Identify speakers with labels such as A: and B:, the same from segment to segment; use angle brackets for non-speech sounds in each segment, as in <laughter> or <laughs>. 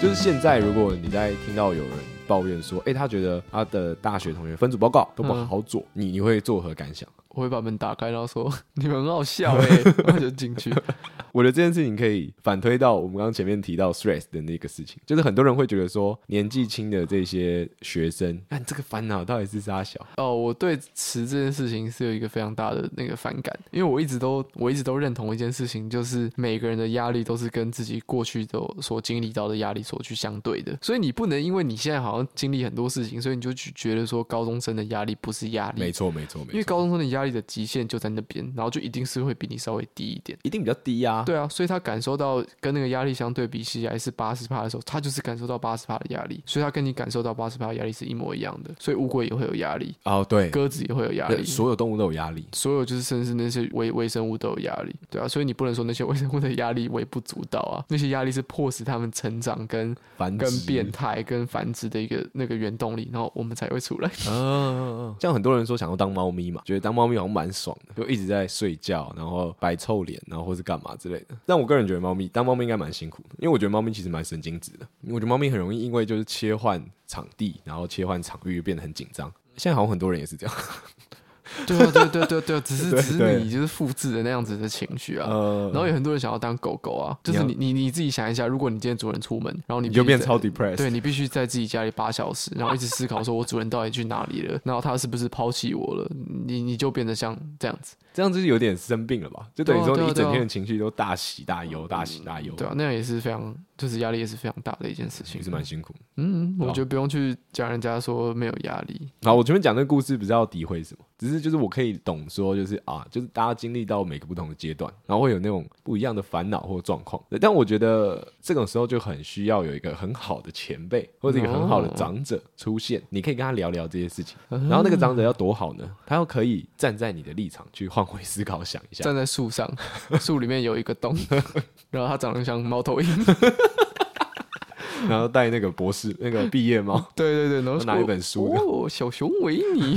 A: 就是现在，如果你在听到有人抱怨说，哎、他觉得他的大学同学分组报告都不好好做，你你会作何感想？
B: 我会把门打开，然后说 <laughs> 你们很好笑
A: <laughs>
B: 哎、欸，然后就进去。
A: 我觉得这件事情可以反推到我们刚刚前面提到 stress 的那个事情，就是很多人会觉得说，年纪轻的这些学生，看这个烦恼到底是啥小？
B: 哦，我对词这件事情是有一个非常大的那个反感，因为我一直都我一直都认同一件事情，就是每个人的压力都是跟自己过去的所经历到的压力所去相对的，所以你不能因为你现在好像经历很多事情，所以你就去觉得说高中生的压力不是压力
A: 没，错，没错，
B: 因
A: 没
B: 为
A: 错，
B: 高中生的压力的极限就在那边，然后就一定是会比你稍微低一点。
A: 一定比较低啊。
B: 对啊，所以他感受到跟那个压力相对比起来是八十帕的时候，他就是感受到八十帕的压力，所以他跟你感受到八十帕的压力是一模一样的。所以乌龟也会有压力，
A: 哦，对，
B: 鸽子也会有压
A: 对
B: 力，
A: 所有动物都有压力。
B: 所有就是甚至那些微微生物都有压力，对啊，所以你不能说那些微生物的压力微不足道啊，那些压力是迫使他们成长跟
A: 繁殖
B: 跟变态跟繁殖的一个那个原动力，然后我们才会出来。嗯
A: 啊，像很多人说想要当猫咪嘛，觉得当猫咪好像蛮爽的，就一直在睡觉，然后摆臭脸，然后或是干嘛之类的。但我个人觉得猫咪当猫咪应该蛮辛苦的，因为我觉得猫咪其实蛮神经质的，因为我觉得猫咪很容易因为就是切换场地，然后切换场域变得很紧张。现在好像很多人也是这样，
B: <laughs> 对啊，对对对 <laughs> 对，只是
A: 对
B: 只是
A: 对
B: 你就是复制的那样子的情绪啊。
A: 呃， <laughs>
B: 然后有很多人想要当狗狗啊，就是你你你自己想一下，如果你今天主人出门，然后你
A: 你
B: 必须
A: 就变
B: 在
A: 超 depressed，
B: 对你必须在自己家里八小时，然后一直思考说我主人到底去哪里了，然后他是不是抛弃我了，你你就变得像这样子，
A: 这样就是有点生病了吧？就等于
B: 对啊
A: 说
B: 对
A: 你
B: 啊
A: 一整
B: 对啊
A: 天的情绪都大喜大忧，大喜大忧，
B: 对啊，那样也是非常就是压力也是非常大的一件事情
A: 其，实蛮辛苦。
B: 嗯，
A: 对
B: 我
A: 啊
B: 觉得不用去讲人家说没有压力，
A: 好，我前面讲那个故事不是要诋毁什么，只是就是我可以懂说，就是啊，就是大家经历到每个不同的阶段，然后会有那种不一样的烦恼或状况。但我觉得这种时候就很需要有一个很好的前辈或者一个很好的长者出现，你可以跟他聊聊这些事情。然后那个长者要多好呢？他要可以站在你的立场去换位思考，想一下。
B: 站在
A: <laughs>
B: 树上，树里面有一个洞， <laughs> 然后它长得像猫头鹰，
A: 然后戴那个博士那个毕业 <laughs> 帽，
B: 对对对，然后
A: 拿
B: 我
A: 一本书
B: 哦，小熊维
A: <laughs>
B: 尼。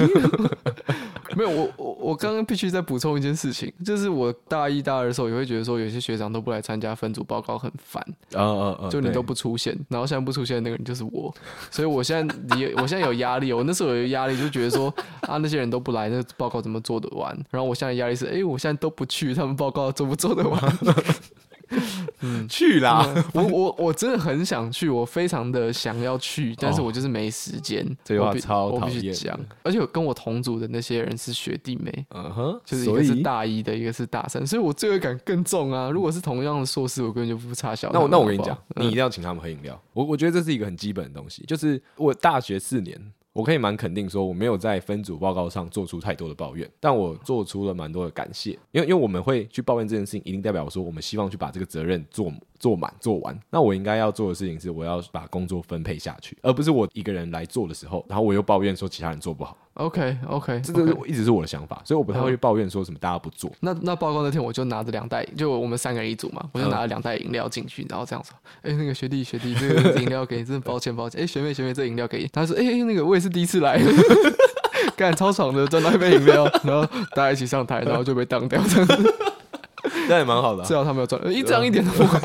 B: 没有，我我我刚刚必须再补充一件事情，就是我大一大二的时候也会觉得说，有些学长都不来参加分组报告很烦，
A: 呃呃呃，
B: 就你
A: 对
B: 都不出现，然后现在不出现的那个人就是我，所以我现在也我现在有压力，我那时候有压力，就觉得说 <laughs> 啊那些人都不来，那报告怎么做得完？然后我现在压力是，哎、我现在都不去，他们报告做不做得完？
A: 去啦。
B: <laughs> 我我我真的很想去，我非常的想要去，但是我就是没时间。
A: 哦这句话
B: 我必
A: 超
B: 我必
A: 讨
B: 须
A: 厌
B: 讲，而且有跟我同组的那些人是学弟妹。
A: <laughs> 嗯哼，
B: 就是一
A: 所
B: 个是
A: 以
B: 大一的，一个是大三，所以我罪恶感更重啊！如果是同样的硕士，我根本就不差小他
A: 那我
B: 们。
A: 那我跟嗯你
B: 好不好
A: 讲，你一定要请他们喝饮料。我我觉得这是一个很基本的东西，就是我大学四年，我可以蛮肯定说我没有在分组报告上做出太多的抱怨，但我做出了蛮多的感谢，因为因为我们会去抱怨这件事情，一定代表说我们希望去把这个责任做做满做完。那我应该要做的事情是，我要把工作分配下去，而不是我一个人来做的时候，然后我又抱怨说其他人做不好，
B: OK OK，
A: 这个一直是我的想法，所以我不太会去抱怨说什么大家不做。
B: 那那报告那天，我就拿着两袋，就我们三个人一组嘛，我就
A: 嗯
B: 拿了两袋饮料进去，然后这样说：“哎、那个学弟学弟，这个饮料给你，真的抱歉抱歉。哎、学妹学妹，这饮料给你。”他说：“哎、哎那个我也是第一次来， <laughs> 干超爽的，赚到一杯饮料。”然后大家一起上台，然后就被当掉，这样子
A: 那也蛮好的啊、
B: 至少他没有赚，一这样一点都不好，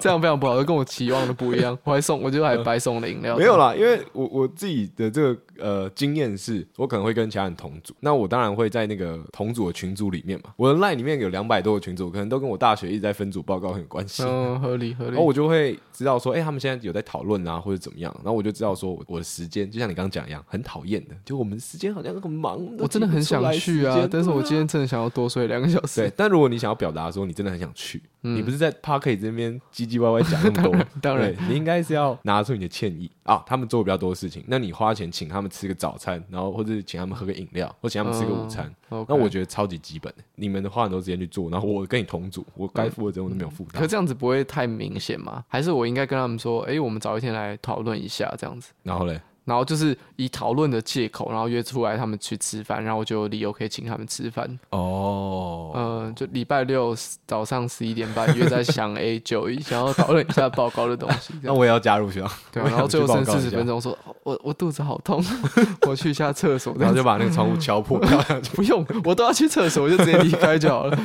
B: 这样非常不好，就跟我期望的不一样。我还送，我就还白送了饮料，
A: 没有啦，因为我我自己的这个呃经验是，我可能会跟其他人同组，那我当然会在那个同组的群组里面嘛。我的 line 里面有两百多个群组，可能都跟我大学一直在分组报告很有关系。
B: 嗯，合理合理。
A: 然后我就会知道说，哎、他们现在有在讨论啊，或者怎么样。然后我就知道说，我我的时间就像你刚刚讲一样，很讨厌的，就我们时间好像很忙，都
B: 我真的
A: 挤不
B: 很
A: 出
B: 想
A: 来时
B: 去啊
A: 间，
B: 但是我
A: 对啊
B: 今天真的想要多睡两个小时。，
A: 对，但如果你想要表达说你真的很想去，你不是在 p a r k e t 这边唧唧歪歪讲那么多
B: 嗯当然
A: 对，你应该是要拿出你的歉意啊。他们做比较多的事情，那你花钱请他们吃个早餐，然后或者请他们喝个饮料，或请他们吃个午餐，
B: o
A: 那我觉得超级基本的。你们的花很多时间去做，然后我跟你同组，我该负的责任我都没有负
B: 嗯可
A: 担，
B: 这样子不会太明显吗？还是我应该跟他们说，哎、我们早一天来讨论一下这样子，
A: 然后嘞，
B: 然后就是以讨论的借口，然后约出来他们去吃饭，然后我就有理由可以请他们吃饭。
A: 哦，
B: 嗯、就礼拜六早上十一点半约在
A: <laughs>
B: 想 A 九一，想要讨论一下报告的东西。这
A: 那
B: 样
A: 我也要加入学校，
B: 对
A: 我
B: 啊，
A: 也
B: 然后
A: 想去
B: 最后
A: 报
B: 剩
A: 告
B: 四
A: 一
B: 十
A: 下
B: 分，钟，说哦我我肚子好痛， <laughs> 我去一下厕所。
A: 然后就把那个窗户敲破，
B: <laughs> 不用，我都要去厕所，我就直接离开就
A: <laughs>
B: 好了。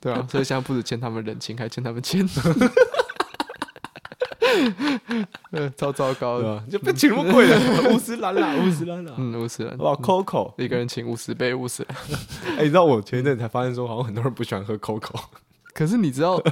B: 对啊，所以现在不止欠他们人情，还欠他们钱。嗯超糟糕
A: 对啊
B: 的。
A: 吧？就被请那么贵
B: <laughs>
A: 了，五十兰啦，五十兰啦，
B: 嗯，五十人，
A: 哇，Coco，
B: 一个人请五十杯五十人。
A: 哎，你知道我前一阵才发现说，好像很多人不喜欢喝 Coco，
B: 可是你
A: <laughs>
B: 知道，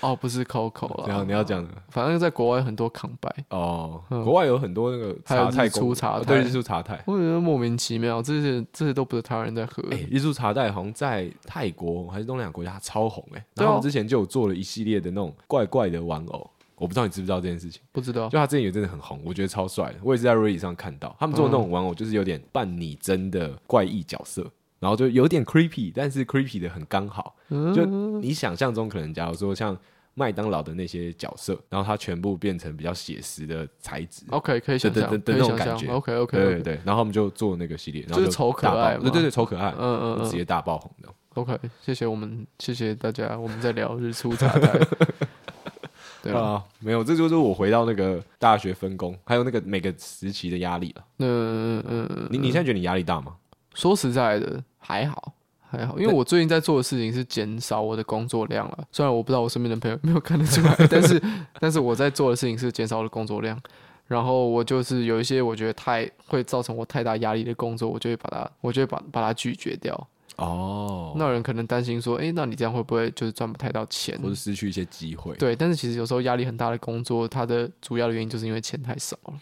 B: 哦，不是 Coco 了，
A: 然后你要讲的
B: 反正在国外有很多扛白，
A: 哦，
B: 嗯
A: 国外有很多那个茶
B: 还有
A: 太
B: 日出
A: 功能
B: 茶
A: 哦
B: 太
A: 对，日出茶太。
B: 我觉得莫名其妙，这些这些都不是台湾人在喝。
A: 哎、日出茶太好像在泰国还是东南亚国家它超红哎、
B: 对
A: 然后
B: 啊
A: 他们之前就有做了一系列的那种怪怪的玩偶，我不知道你知不知道这件事情。
B: 不知道
A: 就他之前也真的很红，我觉得超帅的。我也是在 Reddit 上看到他们做的那种玩偶，就是有点扮拟真的怪异角色，然后就有点 creepy，但是 creepy 的很刚好。
B: 嗯
A: 就你想象中可能，假如说像麦当劳的那些角色，然后它全部变成比较写实的材质。
B: ，OK，可以想
A: 对
B: 象，
A: 对
B: 可
A: 对
B: 以
A: 那种
B: 想
A: 感觉
B: 象，OK
A: 对对
B: OK，
A: 对，然后他们就做那个系列，然后
B: 就是丑可
A: 大爆
B: 爱嘛
A: 对对对，丑可爱
B: 嗯，嗯
A: 直
B: 嗯
A: 接大爆红的。
B: ，OK，谢谢我们，谢谢大家，我们在聊日出茶
A: <laughs>
B: 台，对啊，
A: 啊，没有，这就是我回到那个大学分工，还有那个每个时期的压力了。
B: 那嗯嗯嗯，
A: 你你现在觉得你压力大吗？
B: 说实在的，还好。还好，因为我最近在做的事情是减少我的工作量了。虽然我不知道我身边的朋友有没 <laughs> 有看得出来，但是但是我在做的事情是减少我的工作量。然后我就是有一些我觉得太会造成我太大压力的工作，我就会把它，我就会把把它拒绝掉。
A: 哦，
B: 那有人可能担心说，诶，那你这样会不会就是赚不太到钱
A: 或？者失去一些机会。
B: 对，但是其实有时候压力很大的工作，它的主要的原因就是因为钱太少了。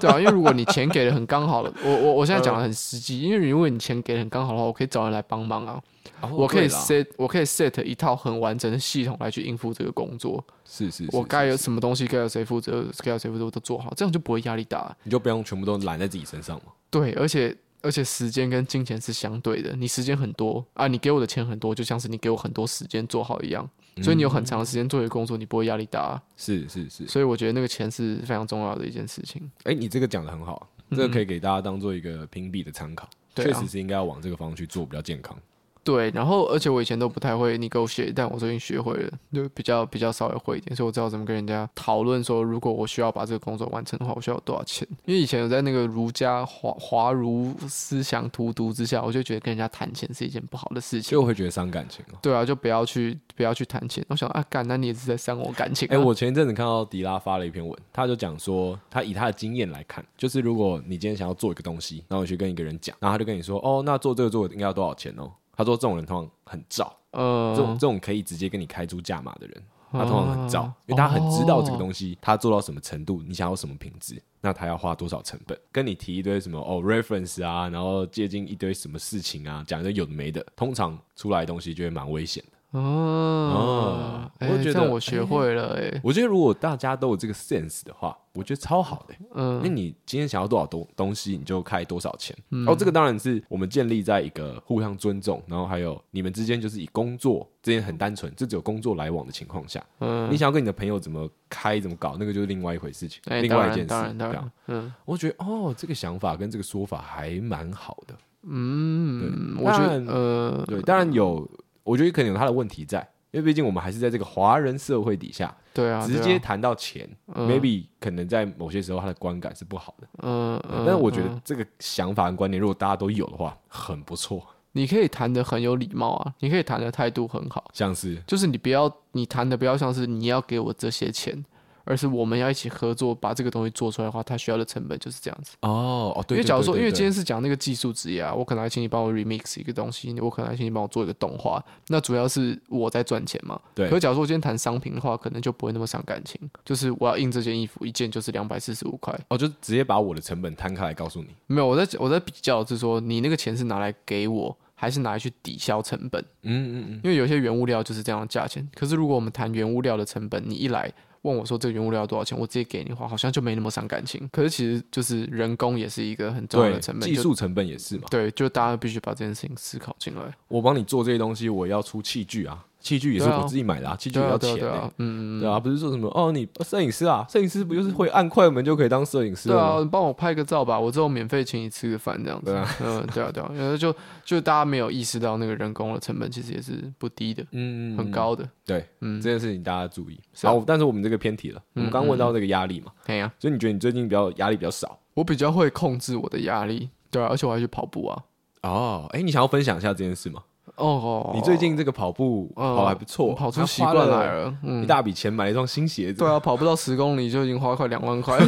B: 对啊，因为如果你钱给的很刚好了，我我我现在讲
A: 嗯
B: 的很实际，因为如果你钱给的很刚好的话，我可以找人来帮忙啊，
A: 哦
B: 我可
A: 对
B: 以
A: 啦
B: set 我可以 set 一套很完整的系统来去应付这个工作，
A: 是是，
B: 我
A: 是
B: 该
A: 是
B: 有
A: 是
B: 什么东西该有谁负责，该有谁负责我都做好，这样就不会压力大了。
A: 你就不用全部都揽在自己身上嘛。
B: 对，而且而且时间跟金钱是相对的，你时间很多啊，你给我的钱很多，就像是你给我很多时间做好一样，
A: 嗯
B: 所以你有很长的时间做一个工作，你不会压力大啊、
A: 是是是，
B: 所以我觉得那个钱是非常重要的一件事情。
A: 哎、你这个讲的很好，这个可以给大家当做一个评比的参考。
B: 嗯对
A: 确、
B: 啊
A: 实是应该要往这个方向去做，比较健康。
B: 对，然后而且我以前都不太会 negotiate，但我最近学会了，就比较比较稍微会一点，所以我知道怎么跟人家讨论说，如果我需要把这个工作完成的话，我需要多少钱。因为以前有在那个儒家华华儒思想荼毒之下，我就觉得跟人家谈钱是一件不好的事
A: 其
B: 情
A: 实。我会觉得伤感情哦、
B: 对啊，就不要去不要去谈钱。我想啊，干，那你也是在伤我感情、啊。
A: 哎、我前一阵子看到迪拉发了一篇文，他就讲说，他以他的经验来看，就是如果你今天想要做一个东西，然后你去跟一个人讲，然后他就跟你说，哦，那做这个做的应该要多少钱哦？他说这种人通常很燥，这种
B: 呃
A: 这，种可以直接跟你开出价码的人，他通常很燥，因为他很知道这个东西他做到什么程度，你想要什么品质，那他要花多少成本，跟你提一堆什么哦 reference 啊，然后接近一堆什么事情啊，讲一堆有的没的，通常出来的东西就会蛮危险的。
B: 哦
A: 哦，
B: 哎
A: 我觉
B: 这样
A: 得
B: 我学会了、哎、
A: 我觉得如果大家都有这个 sense 的话，我觉得超好的、欸
B: 嗯
A: 因为你今天想要多少东东西，你就开多少钱。
B: 嗯
A: 然后这个当然是我们建立在一个互相尊重，然后还有你们之间就是以工作之间很单纯，这只有工作来往的情况下，
B: 嗯，
A: 你想要跟你的朋友怎么开怎么搞，那个就是另外一回事情，
B: 哎、
A: 另
B: 当
A: 外一
B: 然
A: 件事。
B: 当然当
A: 对
B: 然
A: 啊，，
B: 嗯
A: 我觉得哦，这个想法跟这个说法还蛮好的。
B: 嗯，我觉得
A: 当然
B: 呃，
A: 对，当然有，我觉得可能有他的问题在，因为毕竟我们还是在这个华人社会底下，
B: 对啊，
A: 直接谈到钱、
B: 嗯
A: m a y b e 可能在某些时候他的观感是不好的。
B: 嗯、
A: 嗯
B: 嗯，
A: 但是我觉
B: 嗯
A: 得这个想法跟观念，如果大家都有的话，很不错。
B: 你可以谈的很有礼貌啊，你可以谈的态度很好，
A: 像是
B: 就是你不要你谈的不要像是你要给我这些钱。而是我们要一起合作，把这个东西做出来的话，它需要的成本就是这样子。
A: 哦哦，对，
B: 因为
A: 对
B: 假如
A: 对
B: 说，
A: 对
B: 因为
A: 对
B: 今天是讲那个技术职业啊，我可能还请你帮我 remix 一个东西，我可能还请你帮我做一个动画，那主要是我在赚钱嘛。
A: 对
B: 可是假如说我今天谈商品的话，可能就不会那么伤感情，就是我要印这件衣服，一件就是两百四十五块，
A: 哦，就直接把我的成本摊开来告诉你。
B: 没有，我在我在比较是说，你那个钱是拿来给我，还是拿来去抵消成本？
A: 嗯嗯嗯，
B: 因为有些原物料就是这样的价钱。可是如果我们谈原物料的成本，你一来问我说这个原物料多少钱，我直接给你的话，好像就没那么伤感情。可是其实就是人工也是一个很重要
A: 对
B: 的成，本，
A: 技
B: 就
A: 术成本也是嘛。
B: 对，就大家必须把这件事情思考进来。
A: 我帮你做这些东西，我要出器具啊，器具也是
B: 对啊
A: 我自己买的啊，器具
B: 对
A: 也
B: 啊，
A: 要
B: 对
A: 钱
B: 啊，对
A: 欸
B: 啊，嗯，
A: 对啊，不是说什么哦，你摄影师啊，摄影师不就是会按快门就可以当摄影师
B: 对
A: 了
B: 啊，
A: 吗？
B: 你帮我拍个照吧，我之后免费请你吃个饭这样子
A: 对啊。
B: 嗯，对啊，对啊，然后就就大家没有意识到那个人工的成本其实也是不低的，
A: 嗯，
B: 很高的。
A: 对，
B: 嗯
A: 这件事情大家注意。
B: 是啊嗯
A: 然后，但是我们这个偏题了，我们刚问到这个压力嘛，
B: 哎呀、
A: 所以你觉得你最近比较压力比较少
B: 我比较会控制我的压力，对啊，而且我还去跑步啊。
A: 哦？哎，你想要分享一下这件事吗？
B: 哦哦，
A: 你最近这个跑步
B: 哦
A: 跑得还不错，
B: 跑出
A: 他
B: 习
A: 花
B: 惯来
A: 了
B: 了，
A: 一
B: 嗯，
A: 大笔钱买了一双新鞋子
B: 对，啊，跑不到十公里就已经花快两万块，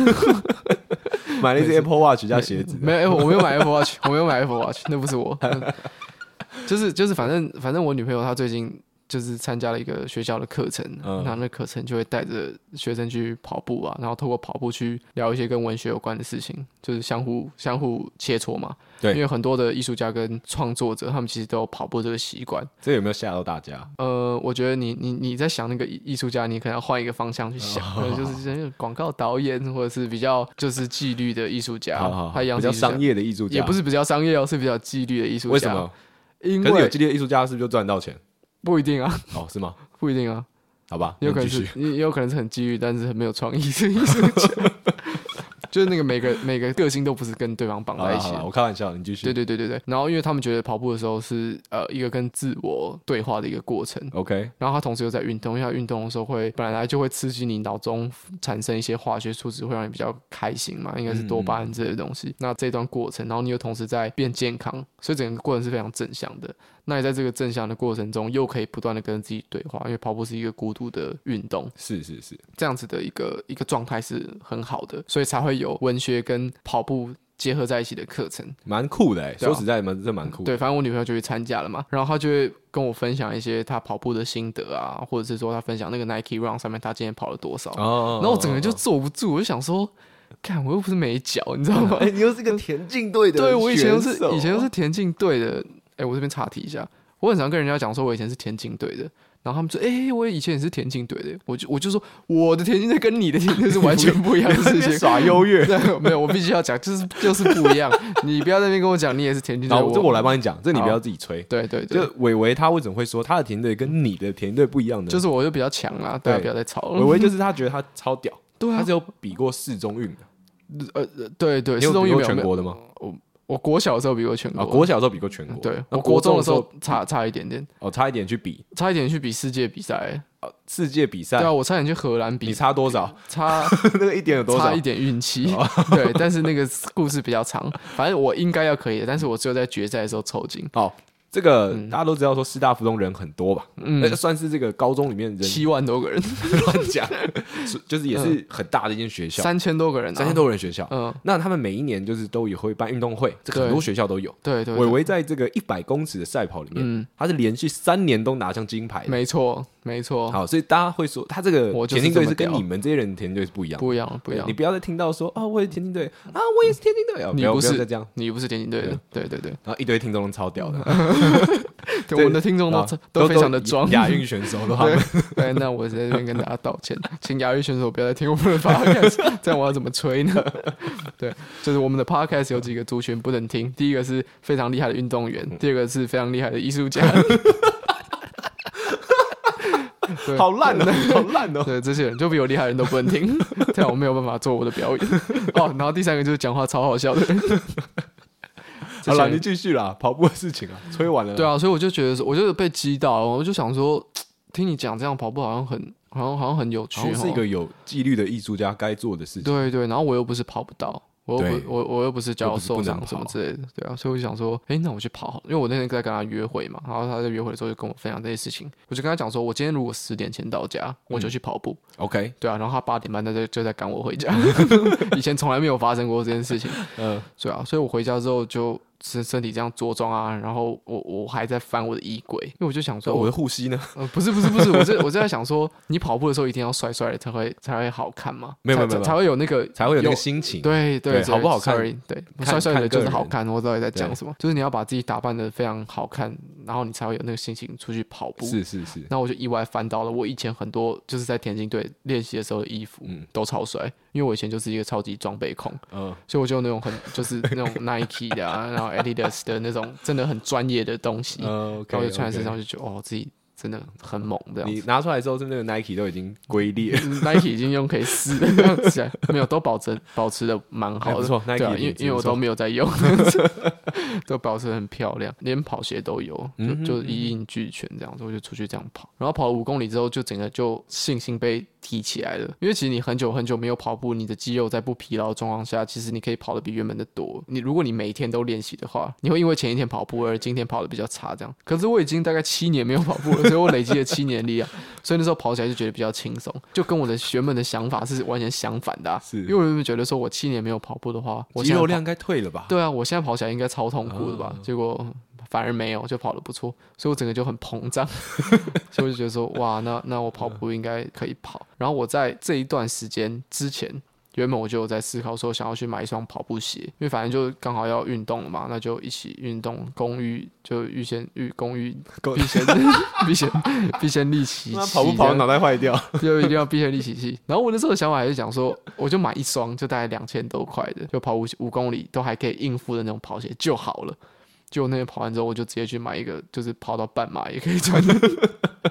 A: <laughs> 买了一只 Apple Watch 加鞋子，
B: 没有，我没有买 Apple Watch，我没有买 Apple Watch，那不是
A: <laughs>
B: 我，就是就是，反正反正我女朋友她最近就是参加了一个学校的课程，
A: 嗯
B: 然后那课程就会带着学生去跑步啊，然后透过跑步去聊一些跟文学有关的事情，就是相互相互切磋嘛。
A: 对
B: 因为很多的艺术家跟创作者，他们其实都有跑步这个习惯。
A: 这有没有吓到大家？
B: 呃，我觉得你你你在想那个艺艺术家，你可能要换一个方向去想，可能就是
A: 哦
B: 就是广告导演或者是比较就是纪律的艺术家，
A: 好好，好
B: 啊他一样
A: 比
B: 是
A: 较
B: 艺术家
A: 商业的艺术家，
B: 也不是比较商业哦，是比较纪律的艺术家。
A: 为什？么？
B: 因
A: 可是有
B: 为
A: 激烈的艺术家是不是就赚到钱？
B: 不一定啊，
A: 哦，是吗？
B: 不一定啊，
A: 好吧，
B: 也有可能
A: 那你
B: 是
A: 继续
B: 也也有可能是很纪律，但是很没有创意的艺术家。 <laughs> 就是那个每个每个个性都不是跟对方绑
A: 好
B: 在一
A: 了
B: 起
A: 好
B: 的
A: 了，我开玩笑，你继续。
B: 对对对对对，然后因为他们觉得跑步的时候是呃一个跟自我对话的一个过程，
A: OK，
B: 然后他同时又在运动，因为他运动的时候会本来就会刺激你脑中产生一些化学数值，会让你比较开心嘛，应该是多巴胺之类的东西。那这段过程，然后你又同时在变健康，所以整个过程是非常正向的。那你在这个正向的过程中，又可以不断的跟自己对话，因为跑步是一个孤独的运动，
A: 是是是，
B: 这样子的一个一个状态是很好的，所以才会有文学跟跑步结合在一起的课程。
A: 蛮酷的哎，
B: 对啊
A: 说实在蛮这蛮酷的。
B: 对，反正我女朋友就去参加了嘛，然后她就会跟我分享一些她跑步的心得啊，或者是说她分享那个 Nike Run 上面她今天跑了多少，
A: 哦，
B: 然后我整个就坐不住，我就想说，看我又不是没脚，你知道
A: <laughs>
B: 吗？
A: 哎，你又是
B: <laughs>
A: 个田径队的
B: 对我以前都是
A: 选手
B: 以
A: <laughs>
B: 前都是田径队的，哎，我这边岔题一下，我很常跟人家讲说我以前是田径队的。然后他们说：“哎、我以前也是田径队的。”我就我就说，我的田径队跟你的田径队是完全不一样的
A: <laughs>
B: 事情。
A: 耍优越。
B: 对， <laughs> 没有，我必须要讲，就是就是不一样。你不要在那边跟我讲，你也是田径
A: <laughs>
B: 队。
A: 好，这我来帮你讲，这你不
B: 好
A: 要自己吹。
B: 对对对
A: 就，伟伟他为什么会说他的田队跟你的田队不一样呢？
B: 就是是我就比较强啦，大家
A: 对
B: 不要再吵
A: 伟
B: 了。
A: 伟就是他觉得他超屌，
B: 对
A: 他
B: 啊
A: 只，有比过市中运的，
B: <laughs> 对对，
A: 你有
B: 四中
A: 比
B: 运
A: 过
B: 没有
A: 全
B: 没有
A: 国的吗？
B: 我国小的时候比过全
A: 啊，
B: 国，嗯
A: 国小的时候比过全国，
B: 对
A: 那
B: 我国中的时
A: 中
B: 候差差一点点，
A: 哦，差一点去比
B: 差一点去比世界比赛。
A: 世界比
B: 对
A: 赛
B: 啊，，我差点去荷兰
A: 你
B: 比，
A: 差多少？
B: 差
A: 那个一点有 <laughs> 多
B: 差
A: 少哦
B: 一？点运气。 <laughs> 对，但是那个故事比较长，反正我应该要可以的，但是我只有在决赛的时候抽筋。
A: 哦，这个大家都知道，说师大附中人很多吧？那
B: 嗯，
A: 算是这个高中里面人
B: 七万多个人，
A: 乱讲， <laughs> 是就是也
B: 嗯
A: 是很大的一间学校，
B: 三千多个人啊，
A: 三千多人学校。
B: 嗯，
A: 那他们每一年就是都也会办运动会，这个
B: 对
A: 很多学校都有。
B: 对对
A: 伟
B: 对，
A: 伟在这个一百公尺的赛跑里面
B: 嗯，
A: 他是连续三年都拿上金牌的。
B: 没错没错，
A: 好，所以大家会说，他这个
B: 我就
A: 田
B: 是
A: 径队
B: 这么
A: 是跟
B: 屌
A: 你们这些人的田径队是不一样的。
B: 不一样不一样
A: 你，不要再听到说哦，我也是田径队啊，我也是田径队，哦
B: 你
A: 不要
B: 不
A: 不要
B: 是
A: 再这样。
B: 你不是田径队的，对对对。
A: 然后一堆听众都超屌的，
B: 对，
A: 对
B: 我们的听众
A: 啊
B: 嗯都都非常的装。
A: 亚运选手
B: <laughs>
A: 都他们
B: 对对，那我在这边跟大家道歉，请亚运选手不要再听我们的 podcast，这样 <laughs> 我要怎么吹呢？对，就是我们的 podcast 有几个族群不能听，第一个是非常厉害的运动员，第二个是非常厉害的艺术家。
A: 嗯
B: 对
A: 好烂哦，好烂哦。
B: 对，这些人就比我厉害的人都不能听， <laughs> 这样我没有办法做我的表演。哦，然后第三个就是讲话超好笑的人。 <laughs>
A: 好了，
B: 了，
A: 你继续啦，跑步的事情啊，吹完了。
B: 对啊，所以我就觉得说，我就是被击到，我就想说，听你讲这样跑步好像很，好像好像很有趣
A: 好像
B: 哦，
A: 是一个有纪律的艺术家该做的事情。
B: 对对，然后我又不是跑不到，我又
A: 对
B: 不我我又不是脚
A: 又不是不
B: 受
A: 能
B: 伤什么
A: 跑
B: 之类的，对啊，所以我就想说，哎，那我去跑好了，因为我那天在跟他约会嘛，然后他在约会的时候就跟我分享这些事情，我就跟他讲说，我今天如果十点前到家，我
A: 嗯
B: 就去跑步，
A: OK，
B: 对啊，然后他八点半他就就在赶我回家，
A: <laughs>
B: 以前从来没有发生过这件事情，
A: 呃，
B: 对啊，所以我回家之后就身身体这样着装啊，然后我我还在翻我的衣柜，因为我就想
A: 所哦
B: 说
A: 以我的护膝呢？
B: 呃，不是不是不是，我是我是在想说，你跑步的时候一定要帅帅的才会才会好看嘛，
A: 没有
B: 才
A: 没有没有
B: 才才会有那个
A: 才会有那个心情。
B: 对对
A: 对好不好看
B: s o r r y 对，
A: 看
B: 帅帅
A: 看
B: 的就
A: 个
B: 是好
A: 人
B: 看。我到底在讲
A: 对
B: 什么？就是你要把自己打扮的非常好看，然后你才会有那个心情出去跑步。
A: 是是是，
B: 然后我就意外翻到了我以前很多就是在田径队练习的时候的衣服，
A: 嗯
B: 都超帅，因为我以前就是一个超级装备控，
A: 嗯，
B: 所以我就有那种很就是那
A: <laughs>
B: 种 Nike 的、啊，然后 Adidas 的那种真的很专业的东西，
A: 呃，OK，
B: 然后就穿在身上
A: OK
B: 就觉得哦自己。真的很猛这样
A: 你
B: 子。
A: 拿出来之后，是不是那个 Nike 都已经龟裂，
B: 嗯 Nike 已经用可
A: <laughs>
B: 以撕的这样子啊，没有都保持保持的蛮
A: 还
B: 好
A: 哎不
B: 的，
A: 错
B: 对
A: ，Nike
B: 啊，
A: 的
B: 因为
A: 品质
B: 因为
A: 不
B: 我
A: 错
B: 都没有
A: <laughs>
B: 在用，都保持得很漂亮，连跑鞋都有，就
A: 嗯哼
B: 就
A: 嗯
B: 一应俱全这样子，我就出去这样跑，然后跑了五公里之后，就整个就信心被提起来了，因为其实你很久很久没有跑步，你的肌肉在不疲劳的状况下，其实你可以跑得比原本的多。你如果你每一天都练习的话，你会因为前一天跑步而今天跑得比较差这样。可是我已经大概七年没有跑步了，所以我累积了七年力量，所以那时候跑起来就觉得比较轻松，就跟我的原本的想法是完全相反的、啊。
A: 是
B: 因为我原本觉得说我七年没有跑步的话， <laughs> 我
A: 肌
B: 现在
A: 肉
B: 跑
A: 量应该退了吧？
B: 对啊，我现在跑起来应该超痛苦的吧？
A: 啊
B: 结果反而没有，就跑得不错，所以我整个就很膨
A: <laughs>
B: 胀，所以我就觉得说，哇，那那我跑步应该可以跑。然后我在这一段时间之前，原本我就有在思考说，想要去买一双跑步鞋，因为反正就刚好要运动了嘛，那就一起运动，公寓就预先预公寓
A: 公 <laughs>
B: 必先必先必先利其器，
A: 那跑不跑脑袋坏掉？
B: <laughs> 就一定要避开利息器。然后我那时候的想法还是想说，我就买一双，就大概两千多块的，就跑五五公里都还可以应付的那种跑鞋就好了。结果那天跑完之后，我就直接去买一个，就是跑到半马也可以穿的。 <laughs>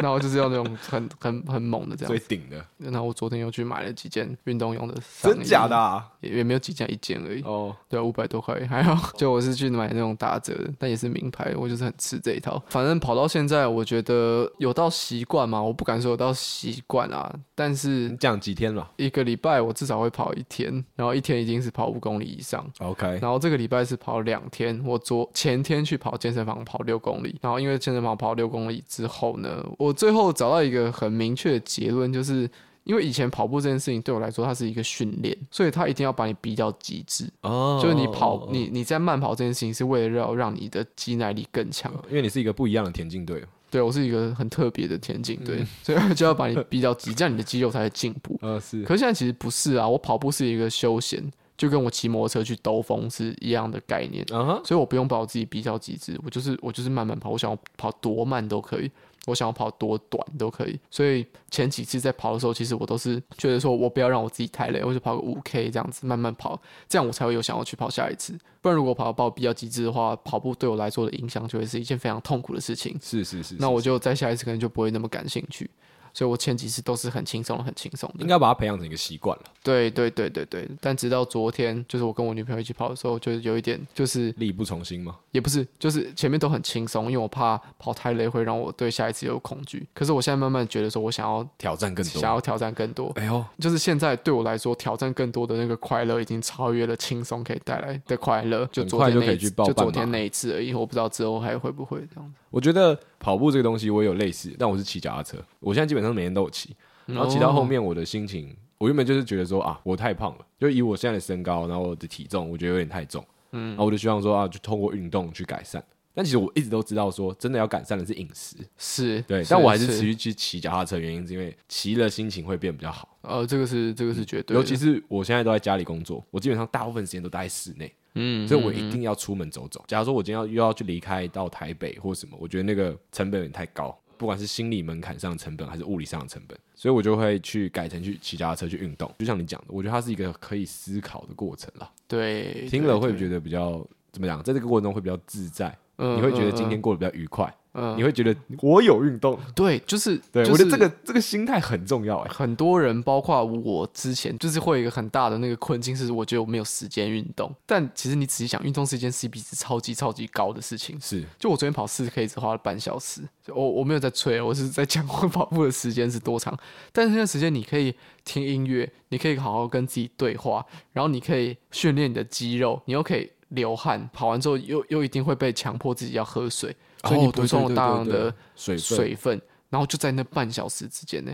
B: 然后就是要那种很很很猛的这样
A: 最
B: 子。
A: 顶的，
B: 然后我昨天又去买了几件运动用的上衣，
A: 真假的啊？
B: 也也没有几件，一件而已。
A: 哦，
B: 对啊，五百多块还好。 <laughs> 就我是去买那种打折的，但也是名牌，我就是很吃这一套。反正跑到现在，我觉得有到习惯嘛，我不敢说有到习惯啊，但
A: 你
B: 是
A: 讲几天了
B: 一个礼拜我至少会跑一天，然后一天一定是跑五公里以上。
A: ？OK，
B: 然后这个礼拜是跑两天，我昨前天去跑健身房跑六公里，然后因为健身房跑六公里之后呢，我最后找到一个很明确的结论，就是因为以前跑步这件事情对我来说它是一个训练，所以它一定要把你逼到极致。
A: 哦
B: 就是你跑，你你在慢跑这件事情是为了要让你的肌耐力更强。
A: 因为你是一个不一样的田径队。
B: 对我是一个很特别的田径队， <laughs> 所以就要把你逼到极，这样你的肌肉才会进步。
A: 呃，是
B: 可是现在其实不是啊，我跑步是一个休闲，就跟我骑摩托车去兜风是一样的概念，
A: 啊哈，
B: 所以我不用把我自己逼到极致，我就是我就是慢慢跑，我想要跑多慢都可以。我想要跑多短都可以，所以前几次在跑的时候，其实我都是觉得说，我不要让我自己太累，我就跑个五 K 这样子慢慢跑，这样我才会有想要去跑下一次。不然如果跑到比较极致的话，跑步对我来说的影响就会是一件非常痛苦的事情。
A: 是是是。
B: 那
A: 是
B: 我就在下一次可能就不会那么感兴趣，所以我前几次都是很轻松的，很轻松的
A: 应。该把它培养成一个习惯了，
B: 对对对对对，但直到昨天，就是我跟我女朋友一起跑的时候，就是有一点，就是
A: 力不从心嘛。
B: 也不是，就是前面都很轻松，因为我怕跑太累会让我对下一次有恐惧。可是我现在慢慢觉得说，我想要
A: 挑战更
B: 想
A: 多。
B: 要挑战更 <laughs> 多，
A: 哎呦，
B: 就是现在对我来说，挑战更多的那个快乐已经超越了轻松可以带来的快乐。就昨天
A: 很快就
B: 那
A: 可
B: 一
A: 以去
B: 次
A: 报
B: 就
A: 半
B: 昨天
A: 马
B: 那一次而已，我不知道之后还会不会这样。
A: 我觉得跑步这个东西我有类似，但我是骑脚踏车，我现在基本上每天都有骑。然后骑到后面，我的心情，我原本就是觉得说啊，我太胖了，就以我现在的身高，然后我的体重，我觉得有点太重。嗯，然后我就希望说啊，就通过运动去改善。但其实我一直都知道说，真的要改善的是饮食，
B: 是，
A: 对。但我还是持
B: 是
A: 续去骑脚踏车，原因是因为骑了心情会变比较好。
B: 呃，这个是这个是绝对的，
A: 尤其是我现在都在家里工作，我基本上大部分时间都待在室内，
B: 嗯，
A: 所以我一定要出门走走。假如说我今天要又要去离开到台北或什么，我觉得那个成本有点太高，不管是心理门槛上的成本还是物理上的成本，所以我就会去改成去骑脚踏车去运动。就像你讲的，我觉得它是一个可以思考的过程啦，
B: 对，
A: 听
B: 对
A: 了会
B: 对
A: 觉得比较怎么讲，在这个过程中会比较自在，
B: 嗯
A: 你会觉得
B: 嗯
A: 今天过得比较愉快，
B: 嗯
A: 你会觉得我有运动，
B: 对，就是
A: 对、
B: 就是
A: 我觉得这个这个心态很重要哎、
B: 很多人，包括我之前，就是会有一个很大的那个困境，是我觉得我没有时间运动。但其实你仔细想，运动是一件 CP 值超级超级高的事情。
A: 是
B: 就我昨天跑四 K 只花了半小时，就我我没有在吹，我是在讲我跑步的时间是多长。但是那个时间你可以听音乐，你可以好好跟自己对话，然后你可以训练你的肌肉，你又可以流汗，跑完之后又又一定会被强迫自己要喝水，所以你
A: 哦对
B: 补充
A: 对
B: 了
A: 对
B: 大
A: 对
B: 量
A: 对
B: 的
A: 水分
B: 水分，然后就在那半小时之间呢，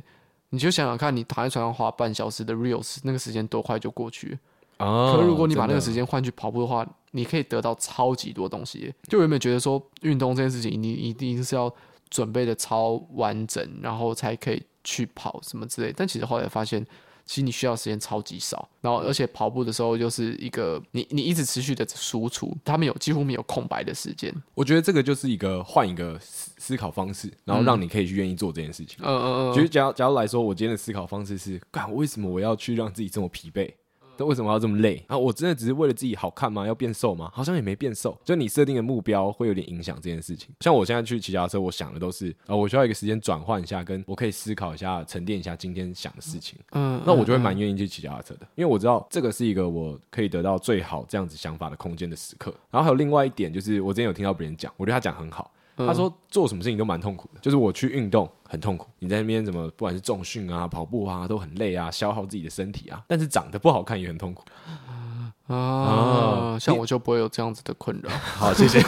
B: 你就想想看，你躺在床上花半小时的 reels，那个时间多快就过去了。
A: 啊
B: 可如果你把那个
A: 真的
B: 时间换去跑步的话，你可以得到超级多东西耶。就原本觉得说运动这件事情，你一定是要准备的超完整，然后才可以去跑什么之类。但其实后来发现，其实你需要时间超级少，然后而且跑步的时候就是一个你你一直持续的输出，他们有几乎没有空白的时间。
A: 我觉得这个就是一个换一个思思考方式，然后让你可以去愿意做这件事情。
B: 嗯嗯
A: 其实，假如假如来说，我今天的思考方式是：干，为什么我要去让自己这么疲惫？那为什么要这么累？啊，我真的只是为了自己好看吗？要变瘦吗？好像也没变瘦。就你设定的目标会有点影响这件事情。像我现在去骑脚踏车，我想的都是啊、我需要一个时间转换一下，跟我可以思考一下、沉淀一下今天想的事情。
B: 嗯，
A: 那我就会
B: 嗯
A: 蛮愿意去骑脚踏车的，因为我知道这个是一个我可以得到最好这样子想法的空间的时刻。然后还有另外一点，就是我之前有听到别人讲，我觉得他讲很好。
B: 嗯
A: 他说做什么事情都蛮痛苦的，就是我去运动很痛苦，你在那边怎么不管是重训啊、跑步啊都很累啊，消耗自己的身体啊，但是长得不好看也很痛苦。
B: 啊，
A: 啊
B: 像
A: 你
B: 我就不会有这样子的困扰。 <laughs>
A: 好，谢谢。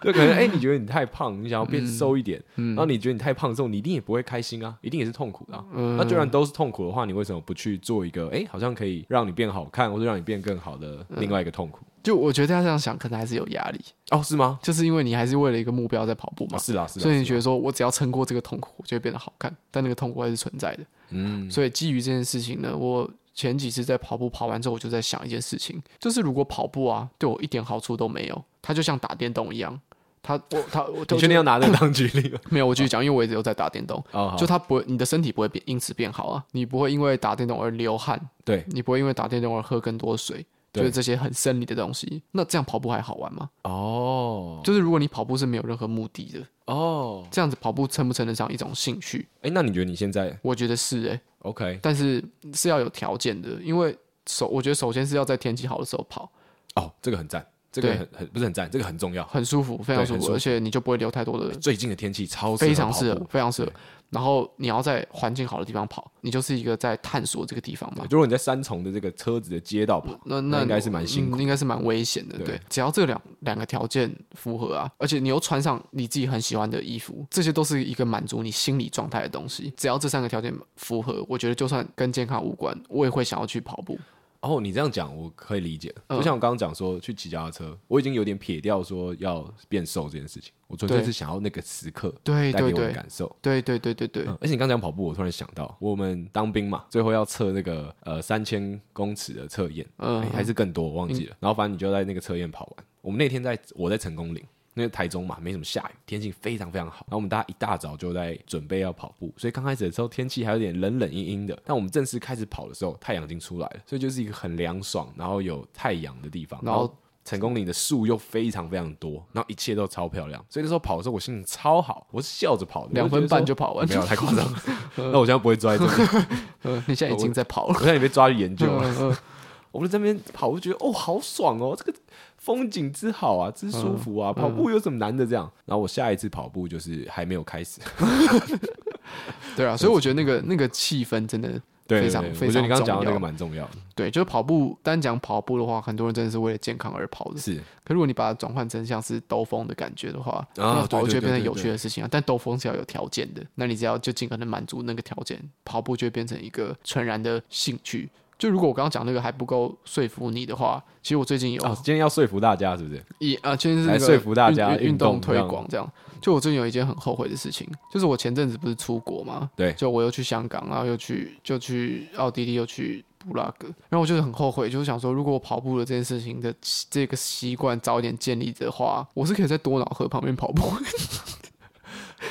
A: 就可能哎、你觉得你太胖，你想要变瘦一点，
B: 嗯
A: 然后你觉得你太胖之后，你一定也不会开心啊，一定也是痛苦的啊、
B: 嗯
A: 那既然都是痛苦的话，你为什么不去做一个哎、好像可以让你变好看或者让你变更好的另外一个痛苦？
B: 就我觉得他这样想，可能还是有压力，
A: 哦，是吗？
B: 就是因为你还是为了一个目标在跑步
A: 啊，
B: 嘛。
A: 是啦，是啦。
B: 嗯哦所以你觉
A: 得
B: 得说，我只要撑过这个痛苦，我就会变得好看，但那个痛苦还是存在的。
A: 嗯，
B: 所以基于这件事情呢，我前几次在跑步跑完之后，我就在想一件事情，就是如果跑步啊对我一点好处都没有，它就像打电动一样，它我它
A: <laughs>
B: 我
A: 你确定要拿这个当举
B: <laughs>
A: 例吗？
B: 没有？我继续讲，因为我一直有在打电动，
A: 哦，好
B: 就它不会，你的身体不会变，因此变好啊，你不会因为打电动而流汗，
A: 对
B: 你不会因为打电动而喝更多水。就
A: 对
B: 是这些很生理的东西，那这样跑步还好玩吗？
A: 哦
B: 就是如果你跑步是没有任何目的的，
A: 哦，
B: 这样子跑步称不称得上一种兴趣？
A: 哎、那你觉得你现在
B: 我觉得是诶、
A: OK？
B: 但是是要有条件的，因为首我觉得首先是要在天气好的时候跑，
A: 哦，这个很赞，这个
B: 对
A: 很很不是很赞，这个很重要。
B: 很舒服，非常舒
A: 很舒
B: 服，
A: 服
B: 而且你就不会流太多的，
A: 最近的天气超
B: 非常
A: 跑
B: 适
A: 步
B: 合，非常适合
A: 对。
B: 然后你要在环境好的地方跑，你就是一个在探索这个地方嘛
A: 对，。如果你在三重的这个车子的街道跑，
B: 那
A: 那
B: 那
A: 应该是蛮辛苦
B: 嗯应该是蛮危险的。
A: 对
B: 对，只要这两两个条件符合啊，而且你又穿上你自己很喜欢的衣服，这些都是一个满足你心理状态的东西。只要这三个条件符合，我觉得就算跟健康无关，我也会想要去跑步。
A: 哦，你这样讲我可以理解。
B: 嗯
A: 就像我刚刚讲说，去骑脚踏车，我已经有点撇掉说要变瘦这件事情，我纯粹
B: 对
A: 是想要那个时刻
B: 对
A: 带给
B: 对
A: 我的
B: 对
A: 感受。
B: 对对对对对
A: 嗯，而且你刚讲跑步，我突然想到，我们当兵嘛，最后要测那个呃三千公尺的测验，
B: 嗯
A: 哎还是更多，我忘记了。然后反正你就在那个测验跑完。我们那天在我在成功岭，因为台中嘛，没什么下雨，天气非常非常好。然后我们大家一大早就在准备要跑步，所以刚开始的时候天气还有点冷冷阴阴的。但我们正式开始跑的时候，太阳已经出来了，所以就是一个很凉爽，然后有太阳的地方。
B: 然后
A: 成功岭的树又非常非常多，然后一切都超漂亮，所以那时候跑的时候我心情超好，我是笑着跑的，
B: 两分半就
A: 跑。
B: 跑完，
A: 没有太夸
B: <laughs>
A: 张。
B: 嗯
A: 那我现在不会抓在这里，
B: 呃，你现在已经在
A: <laughs>
B: 跑
A: 我
B: 了。
A: 现在也被抓去研究了。 <laughs>
B: 嗯嗯
A: 我们在那边跑，我就觉得哦，好爽哦，这个风景之好啊，之舒服
B: 嗯
A: 啊，跑步有什么难的这样？然后我下一次跑步就是还没有开始， <laughs>
B: 对啊，所以我觉得那个那个气氛真的
A: 对，
B: 非常
A: 对对
B: 非
A: 我觉得
B: 常
A: 你刚刚讲的那
B: 重
A: 个
B: 要
A: 蛮重要的，
B: 对，就是跑步单讲跑步的话，很多人真的是为了健康而跑的。
A: 是
B: 可如果你把它转换成像是兜风的感觉的话，
A: 啊
B: 那
A: 对
B: 跑步
A: 对
B: 就会变
A: 对
B: 成
A: 对
B: 有
A: 对
B: 趣的事情啊。但兜风是要有条件的，那你只要就尽可能满足那个条件，跑步就会变成一个纯然的兴趣。就如果我刚刚讲那个还不够说服你的话，其实我最近有
A: 哦，今天要说服大家是不是？
B: 一啊，今天是
A: 来
B: 那个
A: 说服大家
B: 运运运
A: 运
B: 动
A: 动
B: 推
A: 这样
B: 广这样。就我最近有一件很后悔的事情，就是我前阵子不是出国嘛，
A: 对
B: 就我又去香港，然后又去就去奥地利，又去布拉格，然后我就是很后悔，就是想说，如果我跑步的这件事情的这个习惯早一点建立的话，我是可以在多瑙河旁边跑步，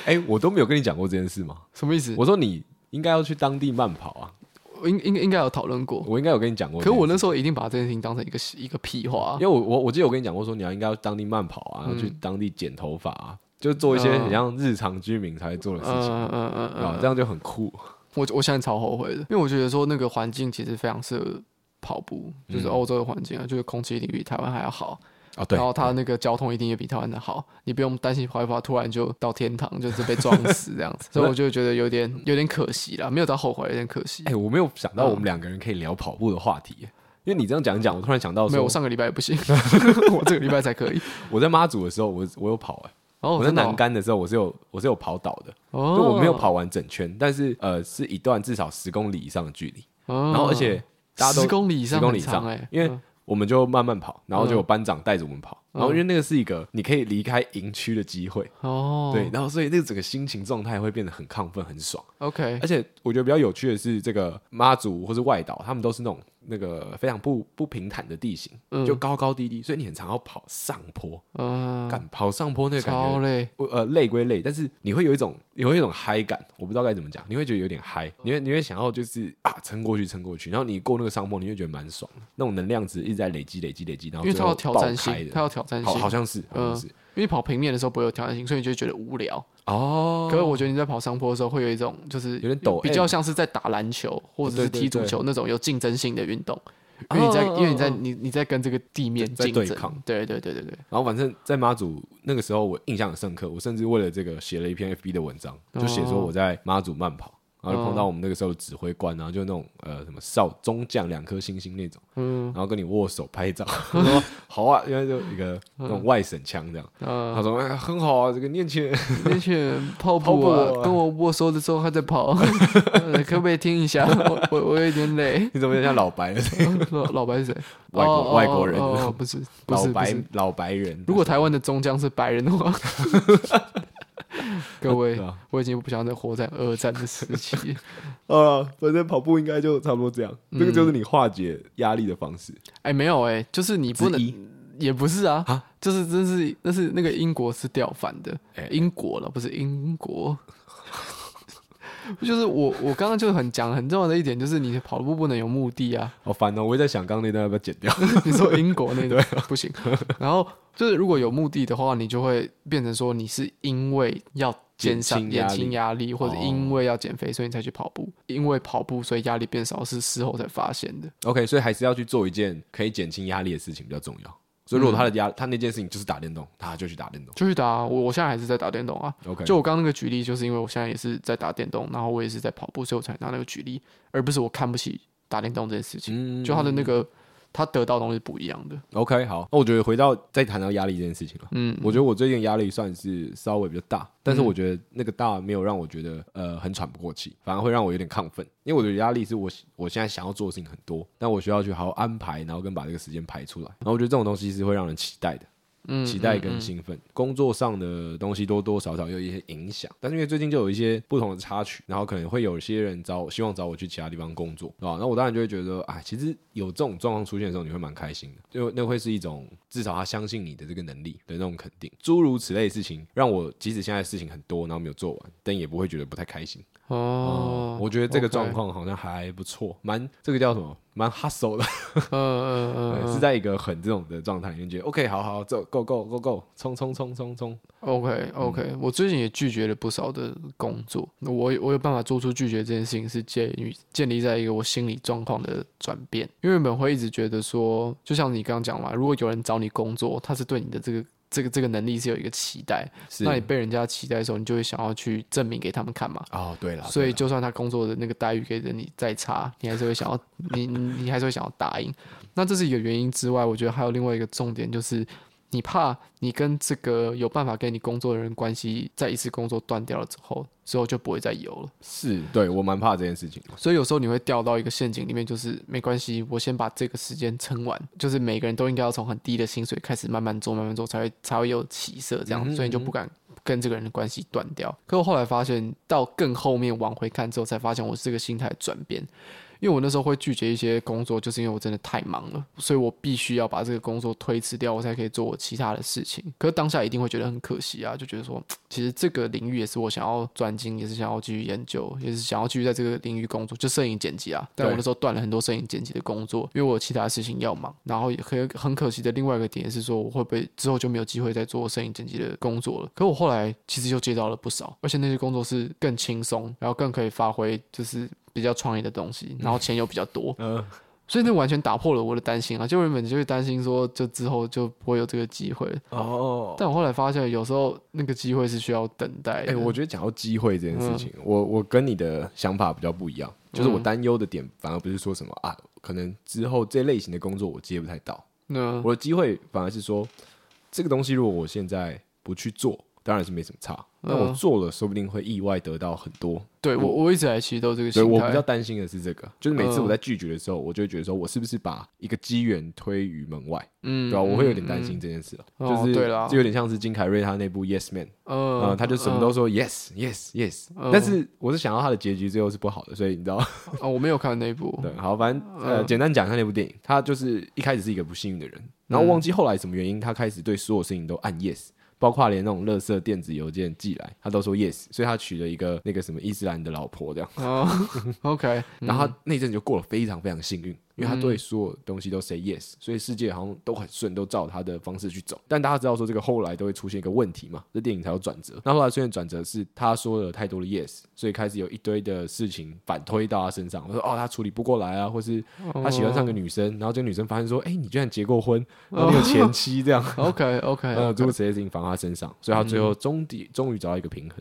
A: 哎，我都没有跟你讲过这件事吗？
B: <laughs> 什么意思？
A: 我说你应该要去当地慢跑啊，
B: 我应应应该有讨论过，
A: 我应该有跟你讲过
B: 可
A: 这
B: 是
A: 件事。
B: 我那时候一定把这件事情当成一个一个屁话啊
A: 因为，我我我记得我跟你讲过说你要应该要当地慢跑啊，要去
B: 嗯
A: 当地剪头发啊，就做一些很像日常居民才会做的事情
B: 嗯嗯嗯嗯
A: 啊，这样就很酷。
B: 我我现在超后悔的，因为我觉得说那个环境其实非常适合跑步，就是欧洲的环境啊，就是空气一定比台湾还要好，
A: 哦，嗯对
B: 然，后它那个交通一定也比台湾的好，你不用担心跑一跑突然就到天堂，就是被撞死这
A: <laughs>
B: 样子，所以我就觉得有点有点可惜啦，没有到后悔，有点可惜
A: 哎、。我没有想
B: 嗯
A: 到我们两个人可以聊跑步的话题耶，因为你这样讲一讲，我突然想到
B: 没有，
A: 说
B: 我，上个礼拜也
A: <laughs>
B: 不行，我这个礼拜才可以。
A: 我在妈祖的时候，我我有跑哎、
B: 然后
A: 我在南，竿的时候，我是有我是有跑岛的，
B: 哦，
A: 就我没有，跑完整圈，但是呃是一段至少十公里以上的距离，
B: 哦、
A: 然后而且大家都
B: 十公里以上，
A: 10公里以上
B: 哎，
A: 因为
B: 嗯
A: 我们就慢慢跑，然后就有班长带着我们跑，然后因为那个是一个你可以离开营区的机会，
B: 哦，
A: 对，然后所以那个整个心情状态会变得很亢奋、很爽。
B: ，OK，
A: 而且我觉得比较有趣的是，这个妈祖或是外岛，他们都是那种那个非常不不平坦的地形，
B: 嗯
A: 就高高低低，所以你很常要跑上坡，
B: 嗯、
A: 干、跑上坡那个感
B: 超
A: 觉。
B: 累，
A: 我呃，累归累，但是你会有一种，你会有一种嗨感，我不知道该怎么讲，你会觉得有点
B: 嗯
A: 嗨，你会你会想要就是啊撑过去，撑过去，然后你过那个上坡，你会觉得蛮爽的，那种能量值一直在累积、累积、累积，然后
B: 因为
A: 最
B: 它
A: 后
B: 要挑战
A: 爆开
B: 性，它
A: 的，
B: 要挑战
A: 好
B: 性，
A: 好像是，好像
B: 嗯
A: 是、
B: 因为跑平面的时候不会有挑战性，所以你就会觉得无聊。
A: 哦，
B: 可是我觉得你在跑上坡的时候，会有一种就是有哎
A: 有点抖
B: 比较像是在打篮球或者
A: 对
B: 是
A: 对
B: 踢足
A: 对
B: 球那种有竞争性的运动，因为你在
A: 哦
B: 因为你在
A: 哦哦
B: 你你在跟这个地面
A: 在
B: 竞
A: 对
B: 争
A: 抗，
B: 对对对对对，
A: 然后反正，在妈祖那个时候，我印象很深刻。我甚至为了这个写了一篇 FB 的文章，
B: 哦
A: 就写说我在妈祖慢跑，然后就碰到我们那个时候的指挥官，然后就那种呃什么少中将两颗星星那种，
B: 嗯
A: 然后跟你握手拍
B: <laughs>
A: 照，我说好啊，因为就一个那种外省腔这样。
B: 呃，
A: 他说、哎、很好啊，这个年轻人，
B: 那些跑
A: 跑
B: 步啊
A: 步，啊。
B: 跟我握手的时候还在 <laughs> 跑，呃可不可以听一 <laughs> 下？我我我有点累
A: 你怎么像老白了？ <laughs>
B: 老老白是谁？
A: 外国
B: 哦哦
A: 外国人
B: 哦哦不是不
A: 老
B: 是不
A: 白
B: 是。
A: 老白人。
B: 如果台湾的中将是白人的
A: <laughs>
B: 话，各位
A: 对啊，
B: 我已经不想再活在二战的时期。 <laughs>
A: 呃，反正跑步应该就差不多这样，这个就是你化解压力的方式
B: 哎，没有哎、就是你不
A: 之一
B: 能，也不是啊
A: 啊，
B: 就是真是那是那个英国是掉反的，
A: 哎
B: 英国了不是英国。 <laughs> 就是我我刚刚就很讲很重要的一点，就是你跑步不能有目的啊。
A: 好烦哦！我也在想，刚刚那段要不要剪掉？
B: <laughs> 你说英国那种
A: 啊
B: 不行，然后就是如果有目的的话，你就会变成说你是因为要减少
A: 减轻
B: 减
A: 压力
B: 轻压力，或者
A: 哦
B: 因为要减肥，所以你才去跑步。因为跑步，所以压力变少，是事后才发现的。
A: OK，所以还是要去做一件可以减轻压力的事情比较重要。所以如果他的压，他那件事情就是打电动，他就去打电动。
B: 就去打啊、我我现在还是在打电动啊。
A: OK，
B: 就我刚刚那个举例，就是因为我现在也是在打电动，然后我也是在跑步，所以我才拿那个举例，而不是我看不起打电动这件事情。
A: 嗯
B: 就他的那个他得到的东西不一样的。
A: OK 好。那我觉得回到再谈到压力这件事情了。
B: 嗯，
A: 我觉得我最近压力算是稍微比较大，但是我觉得那个大没有让我觉得呃很喘不过气，反而会让我有点亢奋，因为我觉得压力是我我现在想要做的事情很多，但我需要去好好安排，然后跟把这个时间排出来。然后我觉得这种东西是会让人期待的。
B: 嗯
A: 期待
B: 嗯
A: 跟兴奋，工作上的东西多多少少有一些影响，但是因为最近就有一些不同的插曲，然后可能会有些人找我，希望找我去其他地方工作啊，那我当然就会觉得，哎，其实有这种状况出现的时候，你会蛮开心的，就那会是一种至少他相信你的这个能力的那种肯定，诸如此类的事情，让我即使现在事情很多，然后没有做完，但也不会觉得不太开心。
B: 哦，
A: 我觉得这个
B: OK
A: 状，况好像还不错，蛮这个叫什么，蛮 hustle 的。
B: 嗯嗯嗯
A: 对，
B: 嗯
A: 是在一个很这种的状态里面，觉得 OK，好好走，Go Go Go Go，冲冲冲冲冲，
B: ，OK OK，我最近也拒绝了不少的工作，那我我有办法做出拒绝这件事情，是建于建立在一个我心理状况的转变，因为原本会一直觉得说，就像你刚刚讲嘛，如果有人找你工作，他是对你的这个。这个这个能力是有一个期待，
A: 是
B: 那你被人家期待的时候，你就会想要去证明给他们看嘛。
A: 哦，对了，
B: 所
A: 对
B: 以
A: 啦
B: 就算他工作的那个待遇给的你再差，你还是会想要， <laughs> 你你你还是会想要答应。那这是一个原因之外，我觉得还有另外一个重点就是，你怕你跟这个有办法给你工作的人关系，在一次工作断掉了之后，之后就不会再有了。
A: 是对我蛮怕这件事情的，
B: 所以有时候你会掉到一个陷阱里面，就是没关系，我先把这个时间撑完，就是每个人都应该要从很低的薪水开始慢慢做，慢慢做才会才会有起色，这样，
A: 嗯哼
B: 所以你就不敢跟这个人的关系断掉。可我后来发现，到更后面往回看之后，才发现我是这个心态的转变。因为我那时候会拒绝一些工作，就是因为我真的太忙了，所以我必须要把这个工作推迟掉，我才可以做我其他的事情。可是当下一定会觉得很可惜啊，就觉得说，其实这个领域也是我想要专精，也是想要继续研究，也是想要继续在这个领域工作，就摄影剪辑啊。但
A: 对
B: 我那时候断了很多摄影剪辑的工作，因为我有其他事情要忙。然后也很很可惜的另外一个点是说，我会不会之后就没有机会再做摄影剪辑的工作了？可我后来其实又接到了不少，而且那些工作是更轻松，然后更可以发挥就是比较创意的东西，然后钱又比较多。
A: 嗯、
B: 所以那完全打破了我的担心啊！就原本就会担心说，就之后就不会有这个机会。
A: 哦。
B: 但我后来发现，有时候那个机会是需要等待
A: 哎、
B: 的。
A: 我觉得讲到机会这件事情，我我跟你的想法比较不一样，就是我
B: 嗯
A: 担忧的点反而不是说什么啊，可能之后这类型的工作我接不太到，
B: 那
A: 我的机会反而是说，这个东西如果我现在不去做，当然是没什么差，但
B: 嗯
A: 我做了，说不定会意外得到很多。
B: 对我我一直来其实都这个
A: 所
B: 心
A: 以
B: 态，
A: 我比较担心的是这个，就是每次
B: 嗯
A: 我在拒绝的时候，我就会觉得说我是不是把一个机缘推于门外，
B: 嗯，
A: 对吧、我会有点担
B: 嗯
A: 心，这件事了，
B: 嗯
A: 就
B: 哦
A: 是
B: 对啦
A: 就有点像是金凯瑞他那部《Yes Man》，
B: 嗯
A: 嗯，他就什么都说 yes yes yes，
B: 嗯
A: 但是我是想要他的结局最后是不好的，所以你知道，
B: 嗯哦，我没有看那一部，
A: <laughs> 对，好，反正呃，
B: 嗯
A: 简单讲一下那部电影，他就是一开始是一个不幸运的人，然后忘记后来什么原因，他开始对所有事情都按 yes，包括连那种垃圾电子邮件寄来，他都说 yes，所以他娶了一个那个什么伊斯兰的老婆这样，
B: 哦，OK， <laughs> 嗯
A: 然后他那阵子就过得非常非常幸运，因为他对所有东西都 say yes，所以世界好像都很顺，都照他的方式去走。但大家知道说这个后来都会出现一个问题嘛，这电影才有转折。那后来出现转折是他说了太多的 yes，所以开始有一堆的事情反推到他身上。他说哦，他处理不过来啊，或是他喜欢上个女生，然后这个女生发现说，哎、你居然结过婚，然后你有前妻这样。<laughs>
B: OK OK，
A: 呃，诸如此类的事情反到他身上，所以他最后终底终于找到一个平衡。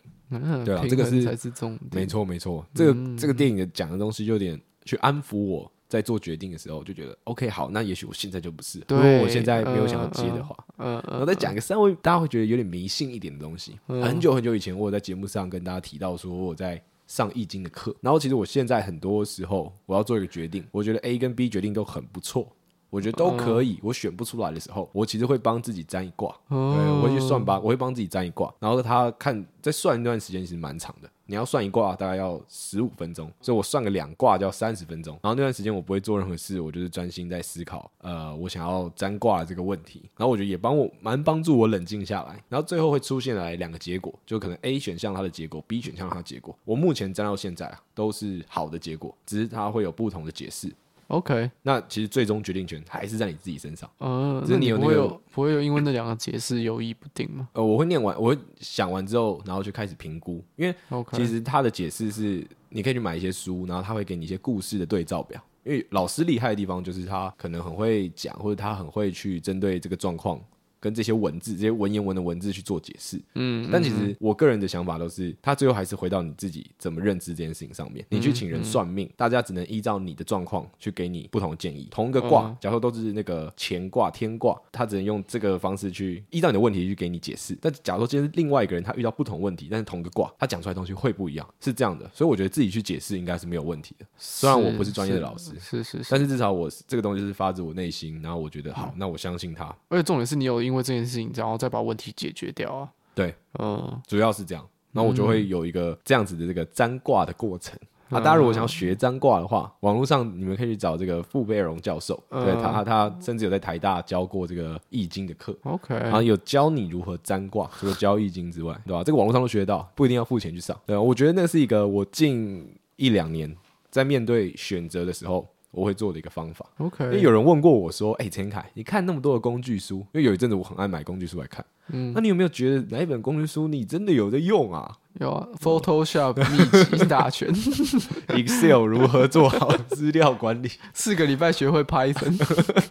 A: 对啊这个是
B: 嗯才是重
A: 没
B: 点，
A: 错，没错，这个、
B: 嗯
A: 这个电影的讲的东西有点去安抚我在做决定的时候，就觉得 OK，好，那也许我现在就不是，如
B: 对
A: 果我现在没有想要接的话，
B: 嗯
A: 然
B: 嗯
A: 后再讲一个稍微大家会觉得有点迷信一点的东西。很久很久以前，我有在节目上跟大家提到说我在。上易经的课，然后其实我现在很多时候我要做一个决定，我觉得 A 跟 B 决定都很不错，我觉得都可以。我选不出来的时候，我其实会帮自己占一卦，对，我
B: 哦，
A: 会去算八，我会帮自己占一卦，然后他看再算一段时间，其实蛮长的。你要算一卦大概要十五分钟，所以我算个两卦就要三十分钟。然后那段时间我不会做任何事，我就是专心在思考，呃，我想要占卦的这个问题。然后我觉得也帮我蛮帮助我冷静下来。然后最后会出现来两个结果，就可能 A 选项它的结果，B 选项它的结果。我目前占到现在啊，都是好的结果，只是它会有不同的解释。
B: OK，
A: 那其实最终决定权还是在你自己身上。
B: 嗯，
A: 只是
B: 那
A: 你有
B: 不
A: 那
B: 会
A: 个
B: 有不会有因为那两个解释犹疑不定吗
A: 呃，我会念完，我会想完之后，然后就开始评估，因为
B: ？OK，
A: 其实他的解释是，你可以去买一些书，然后他会给你一些故事的对照表。因为老师厉害的地方就是他可能很会讲，或者他很会去针对这个状况跟这些文字、这些文言文的文字去做解释。
B: 嗯，
A: 但其实我个人的想法都是，他最后还是回到你自己怎么认知这件事情上面。你
B: 嗯
A: 去请人算命，大家只能依照你的状况去给你不同的建议。同一
B: 嗯
A: 个卦，假如都是那个乾卦、天卦，他只能用这个方式去依照你的问题去给你解释。但假如说今天是另外一个人他遇到不同问题，但是同一个卦，他讲出来的东西会不一样，是这样的。所以我觉得自己去解释应该是没有问题的。虽然我不是专业的老师。
B: 是是是，嗯
A: 但是至少我这个东西是发自我内心，然后我觉得好，那我相信他，
B: 而且重点是你有因为这件事情，然后再把问题解决掉啊。
A: 对，
B: 嗯，
A: 主要是这样。然后我就会有一个这样子的这个占卦的过程。啊，大家如果想要学占卦的话，网络上你们可以去找这个傅贝荣教授，对他，他甚至有在台大教过这个易经的课，
B: OK，
A: 然后有教你如何占卦，除了教易经之外，对吧？这个网络上都学得到，不一定要付钱去上。对吧，我觉得那是一个我近一两年在面对选择的时候我会做的一个方法。因为
B: OK，
A: 有人问过我说：“哎、陈凯，你看那么多的工具书，因为有一阵子我很爱买工具书来看。嗯，那你有没有觉得哪一本工具书你真的有在用啊
B: 有啊，Photoshop 秘籍大全，
A: <laughs> ？Excel 如何做好资料管理？
B: 四个礼拜学会 Python，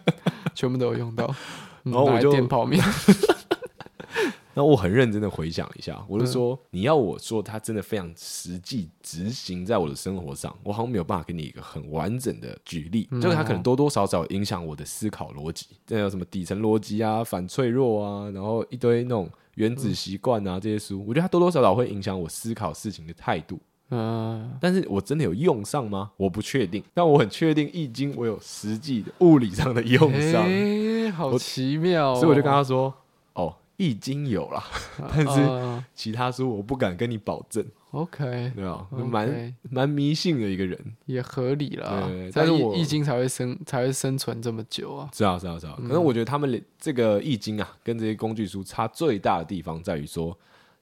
A: <laughs>
B: 全部都有用到。
A: 然
B: 然
A: 后我就
B: 电泡面，
A: 那我很认真的回想一下，我就说，你要我说它真的非常实际执行在我的生活上，我好像没有办法给你一个很完整的举例，就是它可能多多少少有影响我的思考逻辑，这有什么底层逻辑啊、反脆弱啊，然后一堆那种原子习惯啊这些书，我觉得它多多少少会影响我思考事情的态度。
B: 嗯，
A: 但是我真的有用上吗？我不确定，但我很确定《易经》我有实际的物理上的用上，
B: 哎，好奇妙哦。
A: 所以我就跟他说：“哦，《易经》有啦，但是
B: 嗯
A: 其他书我不敢跟你保证，
B: OK，
A: 对吧？
B: OK
A: 蛮蛮迷信的一个人，
B: 也合理啦
A: 对。但
B: 但是
A: 是
B: 《
A: 我
B: 易经》才会生才会生存这么久啊。
A: 是啊，是啊，是啊。可能我觉得他们连这个《易经》啊，跟这些工具书差最大的地方在于说。”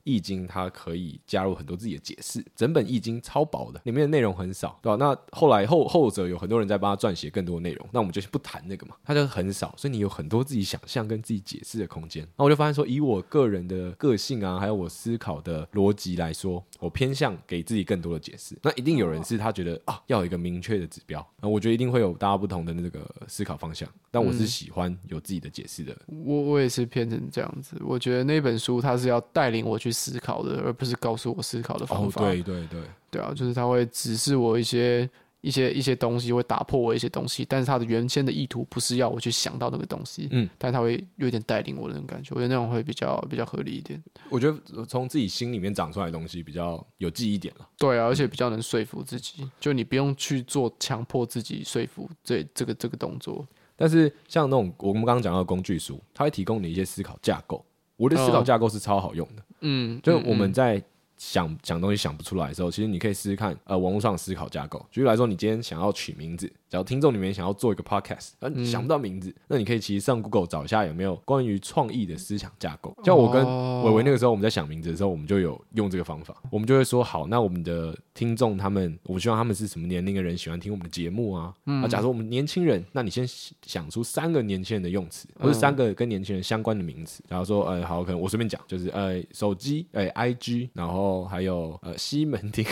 A: 易经它可以加入很多自己的解释，整本易经超薄的，里面的内容很少，对吧？那后来后后者有很多人在帮他撰写更多的内容，那我们就不谈那个嘛，它就很少，所以你有很多自己想象跟自己解释的空间。那我就发现说，以我个人的个性啊，还有我思考的逻辑来说，我偏向给自己更多的解释。那一定有人是他觉得
B: 哦
A: 啊，要有一个明确的指标，那我觉得一定会有大家不同的那个思考方向，但
B: 嗯
A: 我是喜欢有自己的解释的。
B: 我我也是偏成这样子。我觉得那本书它是要带领我去思考的，而不是告诉我思考的方法。
A: 哦对对，
B: 对啊，就是它会指示我一些一些一些东西，会打破我一些东西，但是他的原先的意图不是要我去想到那个东西，
A: 嗯，
B: 但他会有点带领我的那种感觉，我觉得那种会比较比较合理一点。
A: 我觉得从自己心里面长出来的东西比较有记忆点了。
B: 对啊，而且比较能说服自己，就你不用去做强迫自己说服这这个这个动作。
A: 但是像那种我们刚刚讲到的工具书，它会提供你一些思考架构。我的思考
B: 哦
A: 架构是超好用的，
B: 嗯，
A: 就是我们在想想东西想不出来的时候，其实你可以试试看，呃，网络上的思考架构。举例来说，你今天想要取名字，假如听众里面想要做一个 podcast，那你想不到名字，
B: 嗯
A: 那你可以其实上 Google 找一下有没有关于创意的思想架构。像我跟
B: 哦
A: 伟伟那个时候，我们在想名字的时候，我们就有用这个方法，我们就会说，好，那我们的听众他们，我希望他们是什么年龄的人喜欢听我们的节目啊？啊，假如我们年轻人，那你先想出三个年轻人的用词，或者三个跟年轻人相关的名词，然后说，呃，好，可能我随便讲，就是呃，手机，呃，IG，然后还有呃，西门町，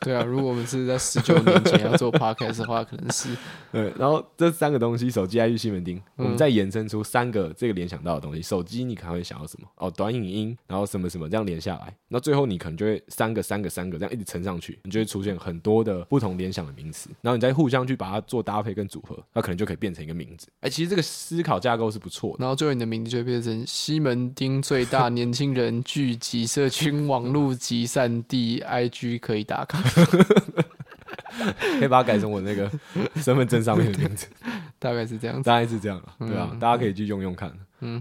B: 对啊，如果我们是在十九年前要做 podcast 的话，可能是
A: 对，然后这三个东西，手机、IG、西门町，我们再延伸出三个这个联想到的东西。手机你可能会想到什么？哦，短影音，然后什么什么这样连下来，那最后你可能就会三个、三个、三个这样一直乘上去，你就会出现很多的不同联想的名词，然后你再互相去把它做搭配跟组合，那可能就可以变成一个名字。哎，其实这个思考架构是不错的。
B: 然后最后你的名字就会变成西门町最大年轻人聚集社群网络集散地，IG 可以打卡，
A: 可以把它改成我那个身份证上面的名字，
B: 大概是这样子。
A: 大概是这样了，对啊，大家可以去用用看。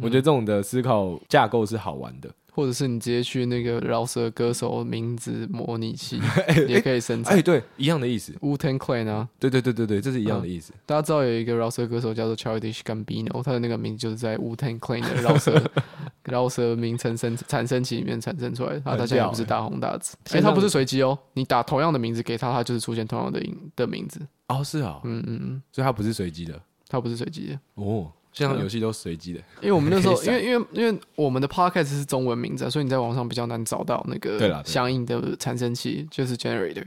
A: 我觉得这种的思考架构是好玩的。
B: 或者是你直接去那个饶舌歌手名字模拟器，也可以生产。
A: <laughs> 哎，对，一样的意思，
B: Wu Tang Clan 啊，
A: 对对对对对，这是一样的意思。
B: 大家知道有一个饶舌歌手叫做 Childish Gambino，他的那个名字就是在 Wu Tang Clan 的饶舌
A: <laughs>
B: 饶舌名称生产生器里面产生出来的。啊，
A: 很
B: 他现在
A: 屌
B: 不是
A: 欸
B: 大红大紫，哎、
A: 现在
B: 他不是随机哦，你打同样的名字给他，他就是出现同样的音的名字。
A: 哦，是哦，
B: 嗯嗯嗯，
A: 所以它不是随机的
B: 他不是随机的。
A: 哦。现在游戏都是随机的，
B: 因为我们那
A: <laughs>
B: 时
A: 可
B: 候，
A: 以
B: 因
A: 闪
B: 为因为因为我们的 podcast 是中文名字、啊，所以你在网上比较难找到那
A: 对啦对啦
B: 个相应的产生器，就是 generator。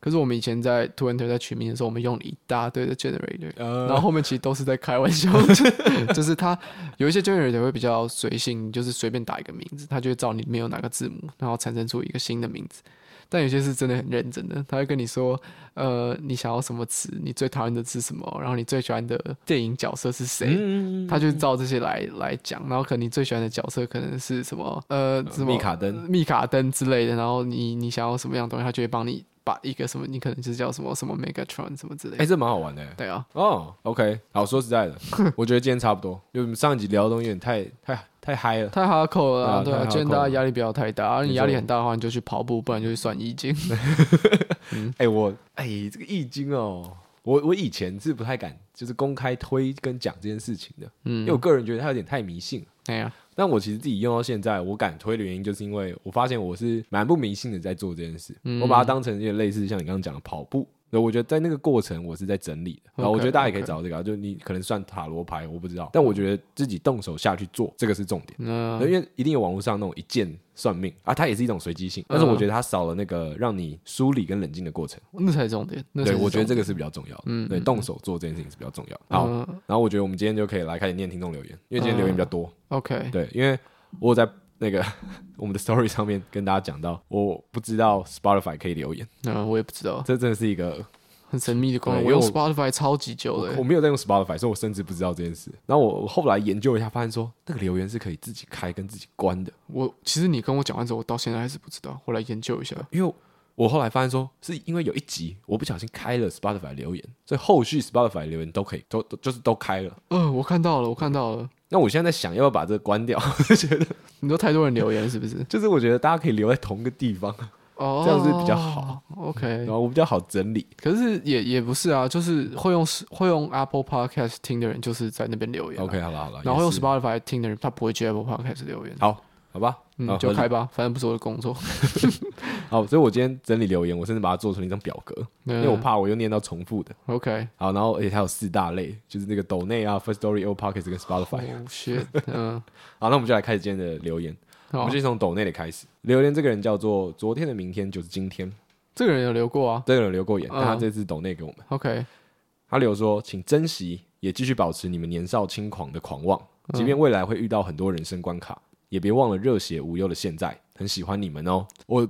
B: 可是我们以前在 Twitter 在取名的时候，我们用了一大堆的 generator，
A: 呃
B: 然后后面其实都是在开玩笑， <laughs> 就就是它有一些 generator 会比较随性，你就是随便打一个名字，它就会照里面有哪个字母，然后产生出一个新的名字。但有些是真的很认真的，他会跟你说，呃，你想要什么词，你最讨厌的是什么，然后你最喜欢的电影角色是谁，
A: 嗯，
B: 他就照这些来来讲，然后可能你最喜欢的角色可能是什么呃什么
A: 密卡登
B: 密卡登之类的，然后你你想要什么样的东西，他就会帮你把一个什么，你可能就是叫什么什么 Megatron 什么之类的。
A: 哎，这蛮好玩的。
B: 对啊，
A: 哦，OK，好，说实在的，我觉得今天差不多，因为我们上一集聊的东西有点太太太嗨了。
B: 太 hardcore 了啊，
A: 对
B: 对
A: 啊
B: 啊，
A: 太
B: 今天
A: hardcore
B: 大家
A: 了
B: 压力不要太大，
A: 没
B: 你
A: 错
B: 压力很大的话，你就去跑步，不然就去算易经。
A: 哎，我哎，这个易经哦，我我以前是不太敢就是公开推跟讲这件事情的，因
B: 嗯
A: 为，我个人觉得它有点太迷信了。
B: 哎呀，
A: 但我其实自己用到现在，我敢推的原因，就是因为我发现我是蛮不迷信的在做这件事。
B: 嗯
A: 我把它当成有点类似像你刚刚讲的跑步。所以我觉得在那个过程，我是在整理的。然后我觉得大家也可以找这个啊，就你可能算塔罗牌，我不知道，但我觉得自己动手下去做，这个是重点。
B: 那
A: 因为一定有网络上那种一键算命啊，它也是一种随机性，但
B: 嗯
A: 是我觉得它少了那个让你梳理跟冷静的过程。
B: 那才是重点。那才
A: 对，
B: 是
A: 我觉得这
B: 重
A: 个
B: 点
A: 是比较重要的。
B: 嗯
A: 对，动手做这件事情是比较重要的。好，
B: 嗯
A: 然后我觉得我们今天就可以来开始念听众留言，因为今天留言比较多。
B: OK，
A: 对，因为我有在那个 <laughs> 我们的 story 上面跟大家讲到，我不知道 Spotify 可以留言，
B: 那我也不知道，
A: 这真的是一个
B: 很神秘的功能。
A: 对
B: 我用
A: 因为
B: Spotify 超级久
A: 我
B: 了
A: 我
B: 欸，
A: 没有在用 Spotify，所以我甚至不知道这件事。然后我我后来研究一下，发现说那个留言是可以自己开跟自己关的，
B: 我其实你跟我讲完之后，我到现在还是不知道，我来研究一下。
A: 因为。我后来发现说，是因为有一集我不小心开了 Spotify 留言，所以后续 Spotify 留言都可以，都都就是都开了。
B: 嗯、我看到了，我看到了，
A: 那我现在在想要不要把这个关掉， <laughs> 我就觉得
B: 你都太多人留言是不是？
A: 就是我觉得大家可以留在同一个地方，<laughs>
B: 哦，
A: 这样是比较好。嗯
B: OK，
A: 然后我比较好整理。
B: 可是也也不是啊，就是会用会用 Apple Podcast 听的人，就是在那边留言啊、
A: OK，好了好了，
B: 然后
A: 也
B: 用
A: 是
B: Spotify 听的人，他不会去 Apple Podcast 留言。
A: 好，好吧，好
B: 嗯，就
A: 合理
B: 开吧，反正不是我的工作。
A: 好，所以我今天整理留言，我甚至把它做成一张表格，<laughs>
B: 因
A: 因为我怕我又念到重复的。
B: 嗯 OK，
A: 好，然后而且它有四大类，就是那个抖内啊、First Story、Old Pockets 跟 Spotify。
B: 哦 shit，嗯，
A: 好，那我们就来开始今天的留言， <laughs> 我
B: 好
A: 们，就从抖内的开始。留言这个人叫做昨天的明天就是今天，
B: 这个人有留过啊。
A: 这个人留过言，但他
B: 嗯
A: 这次抖内给我们，
B: OK，
A: 他留说，请珍惜，也继续保持你们年少轻狂的狂妄，即便未来会遇到很多人生关卡，也别忘了热血无忧的现在。很喜欢你们哦，我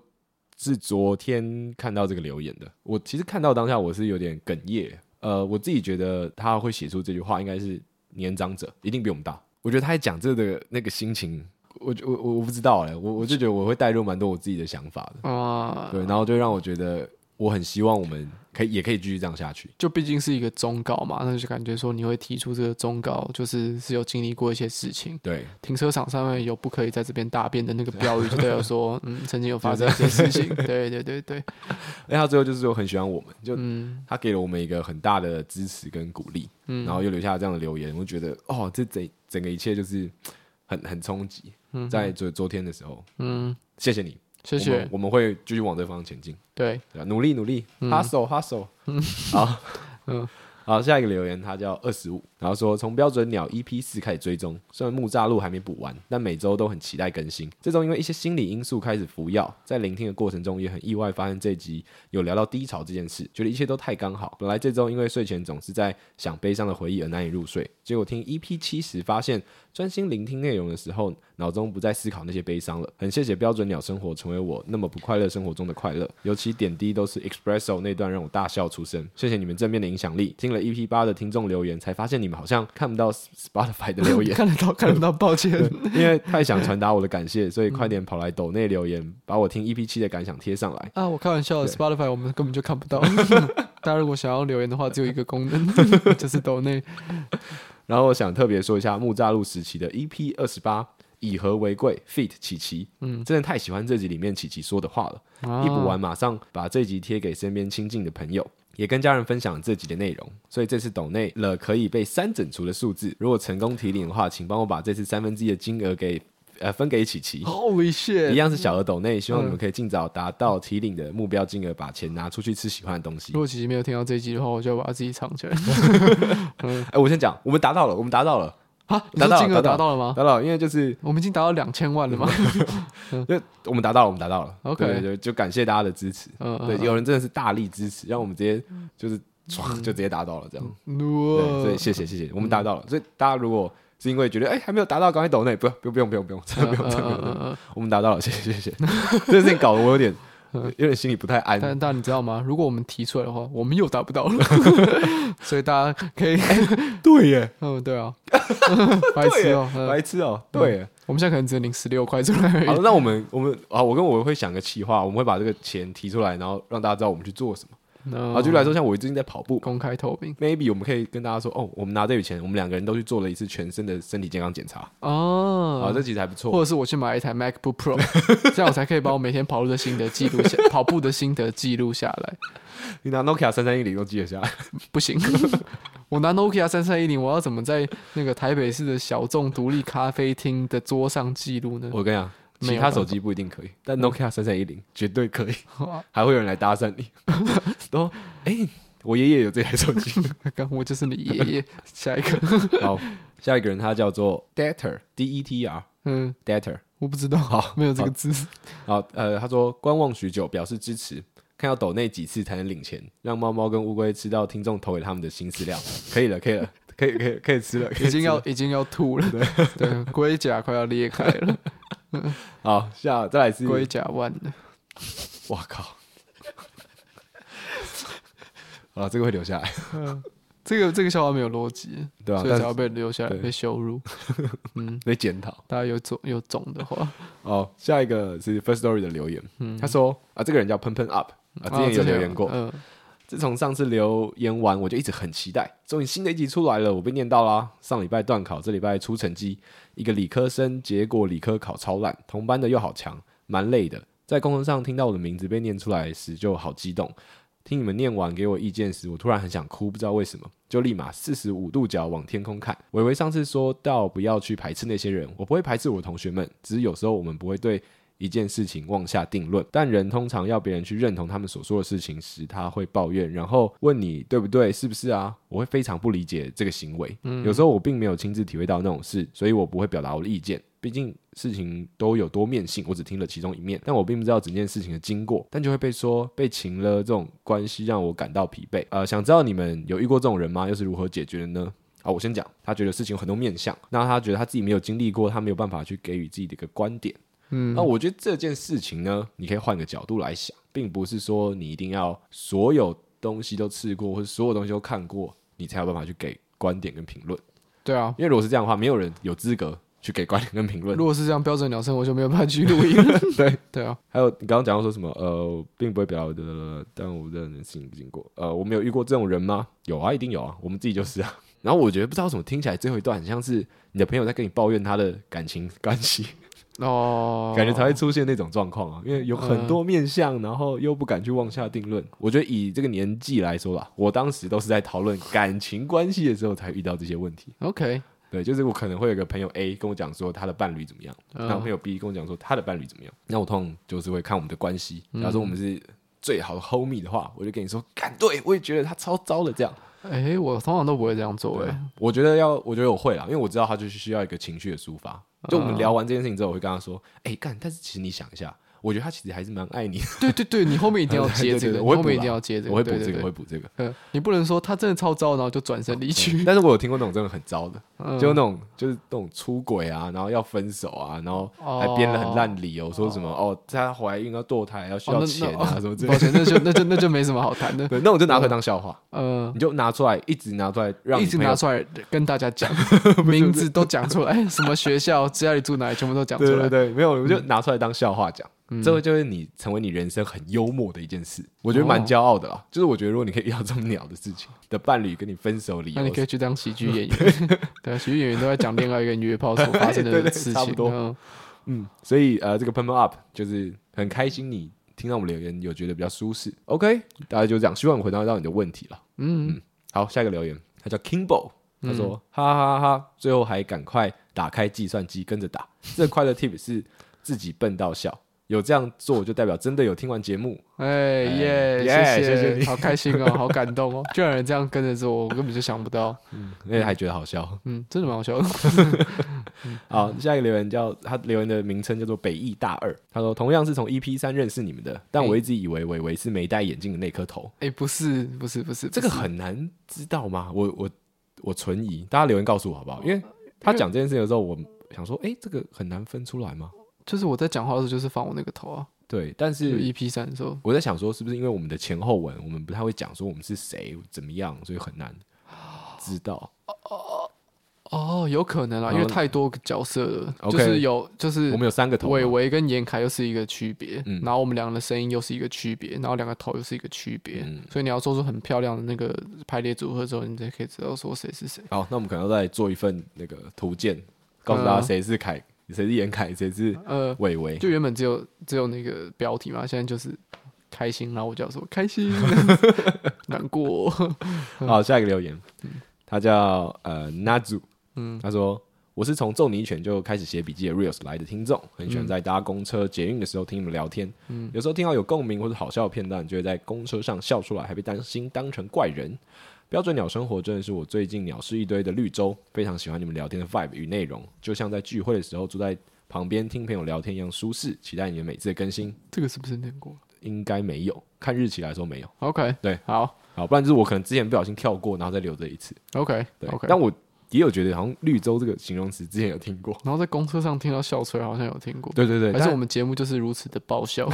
A: 是昨天看到这个留言的。我其实看到当下我是有点哽咽。呃，我自己觉得他会写出这句话，应该是年长者，一定比我们大。我觉得他在讲这个那个心情，我我我我不知道哎、我我就觉得我会带入蛮多我自己的想法的。
B: 啊、
A: 对，然后就让我觉得我很希望我们可以也可以继续这样下去。
B: 就毕竟是一个忠告嘛，那就感觉说你会提出这个忠告，就是是有经历过一些事情。
A: 对，
B: 停车场上面有不可以在这边大便的那个标语，就代
A: <laughs>
B: 表说，嗯，曾经有发生一些事情。对对对对，
A: 那他最后就是说很喜欢我们，就
B: 嗯，
A: 他给了我们一个很大的支持跟鼓励，
B: 嗯
A: 然后又留下这样的留言，我觉得哦，这整整个一切就是很很冲击。
B: 嗯
A: 在昨昨天的时候，
B: 嗯，
A: 谢谢你，
B: 谢
A: 我们
B: 谢。
A: 我们会继续往这方向前进，
B: 对，
A: 对啊吧？努力努力，hustle hustle，好，
B: 嗯
A: 好，下一个留言他叫二十五，然后说从标准鸟 EP 四开始追踪，虽然木栅路还没补完，但每周都很期待更新。这周因为一些心理因素开始服药，在聆听的过程中也很意外发现这集有聊到低潮这件事，觉得一切都太刚好。本来这周因为睡前总是在想悲伤的回忆而难以入睡，结果听 EP 七十发现专心聆听内容的时候，脑中不再思考那些悲伤了。很谢谢标准鸟生活成为我那么不快乐生活中的快乐，尤其点滴都是 Espresso 那段让我大笑出声。谢谢你们正面的影响力。听了 EP 八的听众留言，才发现你们好像看不到 Spotify 的留言。
B: <laughs> 看得到，看得到，抱歉。
A: 因为太想传达我的感谢，所以快点跑来抖内留言，把我听 EP 七的感想贴上来。
B: 啊，我开玩笑的
A: 对
B: ，Spotify 我们根本就看不
A: <laughs>
B: 到。大家如果想要留言的话，只有一个功能，就是抖内。
A: 然后我想特别说一下木栅路时期的 EP 二十八。以和为贵，feat 琪琪，嗯，真的太喜欢这集里面琪琪说的话了。
B: 啊
A: 一补完，马上把这集贴给身边亲近的朋友，也跟家人分享这集的内容。所以这次抖内了可以被三整除的数字，如果成功提领的话，请帮我把这次三分之一的金额给呃分给琪琪。
B: ，Holy
A: 一
B: shit！
A: 样是小额抖内，希望你们可以尽早达到提领的目标金额，把钱拿出去吃喜欢的东西
B: 如。果琪琪没有听到这一集的话，我就要把它自己藏起来。
A: 哎、我先讲，我们达到了，我们达到了，
B: 啊，你
A: 达
B: 说
A: 到了
B: 金额
A: 达到
B: 达到了吗？
A: 达到了，因为就是
B: 我们已经达到两千万了吗？
A: 因为我们达到了，我们达到了。
B: OK
A: 对就就感谢大家的支持。
B: <laughs> 嗯，
A: 对，
B: 嗯
A: 有人真的是大力支持，让我们直接就是唰就直接达到了这样。
B: 嗯
A: 对，所以
B: 对，
A: 谢谢谢谢，我们达到了。所以大家如果是因为觉得哎还没有达到，赶快抖内，不不不用不用不用，真的不用真的不用，
B: 嗯嗯
A: 我们达到了，谢谢谢谢。这件事情搞得我有点有点心里不太安。
B: 但但你知道吗？如果我们提出来的话，我们又达不到
A: <laughs>
B: 了，所以大家可以，
A: 对耶，
B: <laughs> 嗯，
A: <laughs>
B: 对啊，白痴哦，嗯
A: 白痴哦，对耶。
B: 我们现在可能只能领十六块出来而
A: 好
B: 已
A: 了，。那我们我们啊，我跟我会想个企划，我们会把这个钱提出来，然后让大家知道我们去做什么。
B: 那
A: 啊，举例来说，像我最近在跑步
B: 嗯公开透明
A: ，maybe 我们可以跟大家说，哦，我们拿这笔钱，我们两个人都去做了一次全身的身体健康检查。啊，
B: 哦
A: 这，其实还不错
B: 或。者是我去买一台 MacBook Pro，这样我 <laughs> 才可以把我每天跑步的心得记录下， <laughs> 跑步的心得记录下来。
A: 你拿 Nokia 三三一零都记得下来。 <laughs>
B: 不行， <laughs> 我拿 Nokia 三三一零，我要怎么在那个台北市的小众独立咖啡厅的桌上记录呢？
A: 我跟你讲，
B: 没有嗯
A: 其他手机不一定可以，但 Nokia 三三一零绝对可以，
B: 啊
A: <laughs> 还会有人来搭讪你。 <laughs> 然后，哎、我爷爷有这台手机。 <laughs>
B: <laughs> 刚我就是你爷爷。 <laughs> 下一个，
A: 好，下一个人他叫做 Dater D E T R
B: 嗯，
A: Dater。
B: 我不知道，
A: 好
B: 没有这个字。
A: 好，呃，他说观望许久，表示支持。看要抖内几次才能领钱，让猫猫跟乌龟吃到听众投给他们的新饲料。可以了，可以了，可以，可以，可以吃了。可以
B: 已经
A: 吃
B: 要
A: 了
B: 已经要吐了， <laughs> 对，龟甲快要裂开了，
A: 好下，再来 <laughs> 是
B: 龟甲万了。
A: 我靠！ <laughs> 啊，这个会留下来，
B: 这个这个笑话没有逻辑，
A: 对吧、啊
B: 所以
A: 但
B: 才
A: 是
B: 要被留下来
A: 对
B: 被羞辱。
A: 得检讨。
B: 大家有种有种的话，
A: 哦，下一个是 First Story 的留言，他说啊，这个人叫喷喷 Up 啊，之前有留言过。
B: 嗯，
A: 自从上次留言完，我就一直很期待，终于新的一集出来了，我被念到啦。上礼拜断考，这礼拜出成绩，一个理科生，结果理科考超烂，同班的又好强，蛮累的。在公车上听到我的名字被念出来时，就好激动。听你们念完给我意见时，我突然很想哭，不知道为什么，就立马四十五度角往天空看。伟伟上次说到不要去排斥那些人，我不会排斥我的同学们，只是有时候我们不会对一件事情妄下定论，但人通常要别人去认同他们所说的事情时，他会抱怨，然后问你对不对，是不是啊？我会非常不理解这个行为。有时候我并没有亲自体会到那种事，所以我不会表达我的意见。毕竟事情都有多面性，我只听了其中一面，但我并不知道整件事情的经过，但就会被说被情了这种关系让我感到疲惫。呃，想知道你们有遇过这种人吗？又是如何解决的呢？好，我先讲，他觉得事情有很多面向，那他觉得他自己没有经历过，他没有办法去给予自己的一个观点。嗯，那我觉得这件事情呢，你可以换个角度来想，并不是说你一定要所有东西都吃过，或者所有东西都看过，你才有办法去给观点跟评论。
B: 对啊，
A: 因为如果是这样的话，没有人有资格去给观点跟评论
B: 如。果是这样标准鸟生，我就没有办法去录音了。
A: <laughs> 对
B: 对啊，
A: 还有你刚刚讲到说什么？呃，并不会表达我的，但我的人信不信过？呃，我没有遇过这种人吗？有啊，一定有啊，我们自己就是啊。 <laughs> 然后我觉得不知道为什么，听起来最后一段很像是你的朋友在跟你抱怨他的感情 <laughs> 关系，
B: 哦，
A: 感觉才会出现那种状况啊。因为有很多面向，然后又不敢去妄下定论。
B: 嗯
A: 我觉得以这个年纪来说吧，我当时都是在讨论感情关系的时候才遇到这些问题。
B: OK，
A: 对，就是我可能会有个朋友 A 跟我讲说他的伴侣怎么样，
B: 嗯
A: 然后朋友 B 跟我讲说他的伴侣怎么样，那我通常就是会看我们的关系，假如说我们是最好的 homie 的话，我就跟你说，干对，我也觉得他超糟的这样。
B: 哎、我通常都不会这样做、
A: <laughs>
B: 欸诶，
A: 我觉得要，我觉得我会啦，因为我知道他就是需要一个情绪的抒发。
B: 嗯
A: 就我们聊完这件事情之后，我会跟他说，哎、干，但是其实你想一下，我觉得他其实还是蛮爱你的，
B: 对对对，你后面一定要
A: 对
B: 接
A: 对
B: 这
A: 对
B: 个，你
A: 我会
B: 后
A: 补啦
B: 面一定要接这个，
A: 我会补这
B: 对
A: 个，
B: 对
A: 我
B: 对
A: 会补这个。
B: 嗯，你不能说他真的超糟，然后就转身离去。
A: 但是我有听过那种真的很糟的，
B: 嗯
A: 就那种就是那种出轨啊，然后要分手啊，然后还编了很烂理由，说什么哦，她怀孕要堕胎，要需
B: <laughs> 哦
A: 要
B: 那
A: 钱
B: 那
A: 啊
B: 哦
A: 什么之类
B: 抱
A: 的。
B: 歉，那就 <laughs> 那就那就没什么好谈的。
A: 对，那我就拿出来当笑话，
B: 嗯，
A: 你就拿出来，一直拿出来，让
B: 一
A: 你
B: 直
A: 朋友
B: 拿出来跟大家讲，
A: <laughs>
B: 名字都讲出来，哎什么学校、家里住哪里，全部都讲出
A: 对
B: 来嗯
A: 对。对，没有，我就拿出来当笑话讲。这会就是你成为你人生很幽默的一件事，我觉得蛮
B: 哦
A: 骄傲的啦。就是我觉得如果你可以遇到这么鸟的事情，你的伴侣跟你分手理由
B: 那你可
A: 是
B: 以去当喜剧
A: <laughs>
B: 演员，对，啊喜剧演员都在讲恋爱跟约炮所发生
A: 对
B: 的
A: 对
B: 事
A: 差不
B: 情。
A: 多
B: 嗯，
A: 嗯，所以呃，这个 Pump Up 就是很开心你听到我们留言有觉得比较舒适。OK，大家就这样，希望回答到你的问题了。嗯好，下一个留言，他叫 Kimbo，他
B: 嗯
A: 说、哈哈哈哈，最后还赶快打开计算机跟着打，这快乐 tip 是自己笨到笑。有这样做，就代表真的有听完节目。
B: 哎耶，
A: 耶
B: 谢
A: 谢谢你
B: 好开心哦，好感动哦，居然有人这样跟着做，我根本就想不到。
A: 那哎还觉得好笑。
B: 嗯，真的蛮好笑的。
A: 好，下一个留言叫他留言的名称叫做北艺大二，他说同样是从 EP 三认识你们的，但我一直以为伟伟是没戴眼镜的那颗头，
B: 哎，不是，不是，不是，
A: 这个
B: 不是
A: 很难知道吗？我我我存疑，大家留言告诉我好不好？因为他讲这件事情的时候，我想说，哎、这个很难分出来吗？
B: 就是我在讲话的时候，就是放我那个头啊，
A: 对，但
B: 就是 EP 三的时候。
A: 我在想说，是不是因为我们的前后文，我们不太会讲说我们是谁怎么样，所以很难知道。
B: 哦，有可能啦，
A: 然
B: 因
A: 后
B: 为太多个角色了，
A: OK
B: 就是有，就是
A: 我们有三个头
B: 伟
A: 嘛，
B: 伟跟严凯又是一个区别，
A: 嗯
B: 然后我们俩的声音又是一个区别，然后两个头又是一个区别，
A: 嗯
B: 所以你要做出很漂亮的那个排列组合之后，你才可以知道说谁是谁。
A: 好，那我们可能要再做一份那个图鉴，告诉大家
B: 嗯
A: 谁是凯，谁是严凯，谁是
B: 呃，
A: 伟伟。
B: 就原本只有只有那个标题嘛，现在就是开心，然后我就要说开心， <laughs> 难过，
A: 好，下一个留言，他叫呃 Nazu，嗯，他说我是从揍你一拳就开始写笔记的 Reels 来的听众，很喜欢在搭公车、捷运的时候听你们聊天，嗯，有时候听到有共鸣或者好笑的片段，就会在公车上笑出来，还被担心当成怪人。标准鸟生活真的是我最近鸟事一堆的绿洲，非常喜欢你们聊天的 vibe 与内容，就像在聚会的时候坐在旁边听朋友聊天一样舒适。期待你们每次的更新，
B: 这个是不是念过
A: 应该没有，看日期来说没有。
B: ？OK，
A: 对，
B: 好
A: 好，不然就是我可能之前不小心跳过，然后再留着一次。
B: ，OK，OK，、
A: 对但我也有觉得好像绿洲这个形容词之前有听过。
B: 然后在公车上听到笑吹，好像有听过，
A: 对对对，
B: 还是
A: 但
B: 我们节目就是如此的爆笑。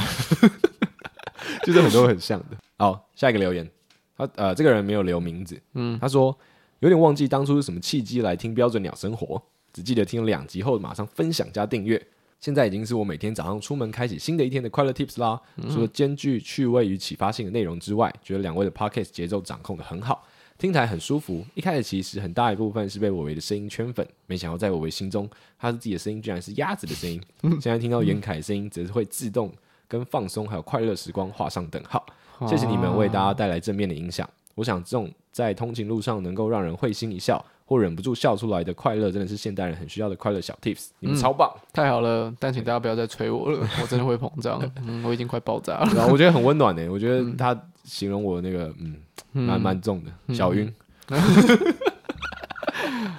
A: <laughs> 就是很多很像的。好，下一个留言，他呃，这个人没有留名字，嗯，他说有点忘记当初是什么契机来听标准鸟生活，只记得听了两集后马上分享加订阅。现在已经是我每天早上出门开启新的一天的快乐 Tips 啦。除了兼具趣味与启发性的内容之外，觉得两位的 Podcast 节奏掌控的很好，听起来很舒服。一开始其实很大一部分是被伟伟的声音圈粉，没想到在伟伟心中，他自己的声音居然是鸭子的声音。现在听到严凯的声音，则是会自动跟放松还有快乐时光画上等号。 <laughs> 谢谢你
B: 啊
A: 们为大家带来正面的影响。我想，这种在通勤路上能够让人会心一笑或忍不住笑出来的快乐，真的是现代人很需要的快乐小 tips。你们超棒！
B: 太好了，但请大家不要再催我了，我真的会膨
A: <laughs>
B: 胀，嗯，我已经快爆炸了。
A: 然啊后我觉得很温暖呢、欸我觉得他形容我那个嗯，蛮蛮重的小晕。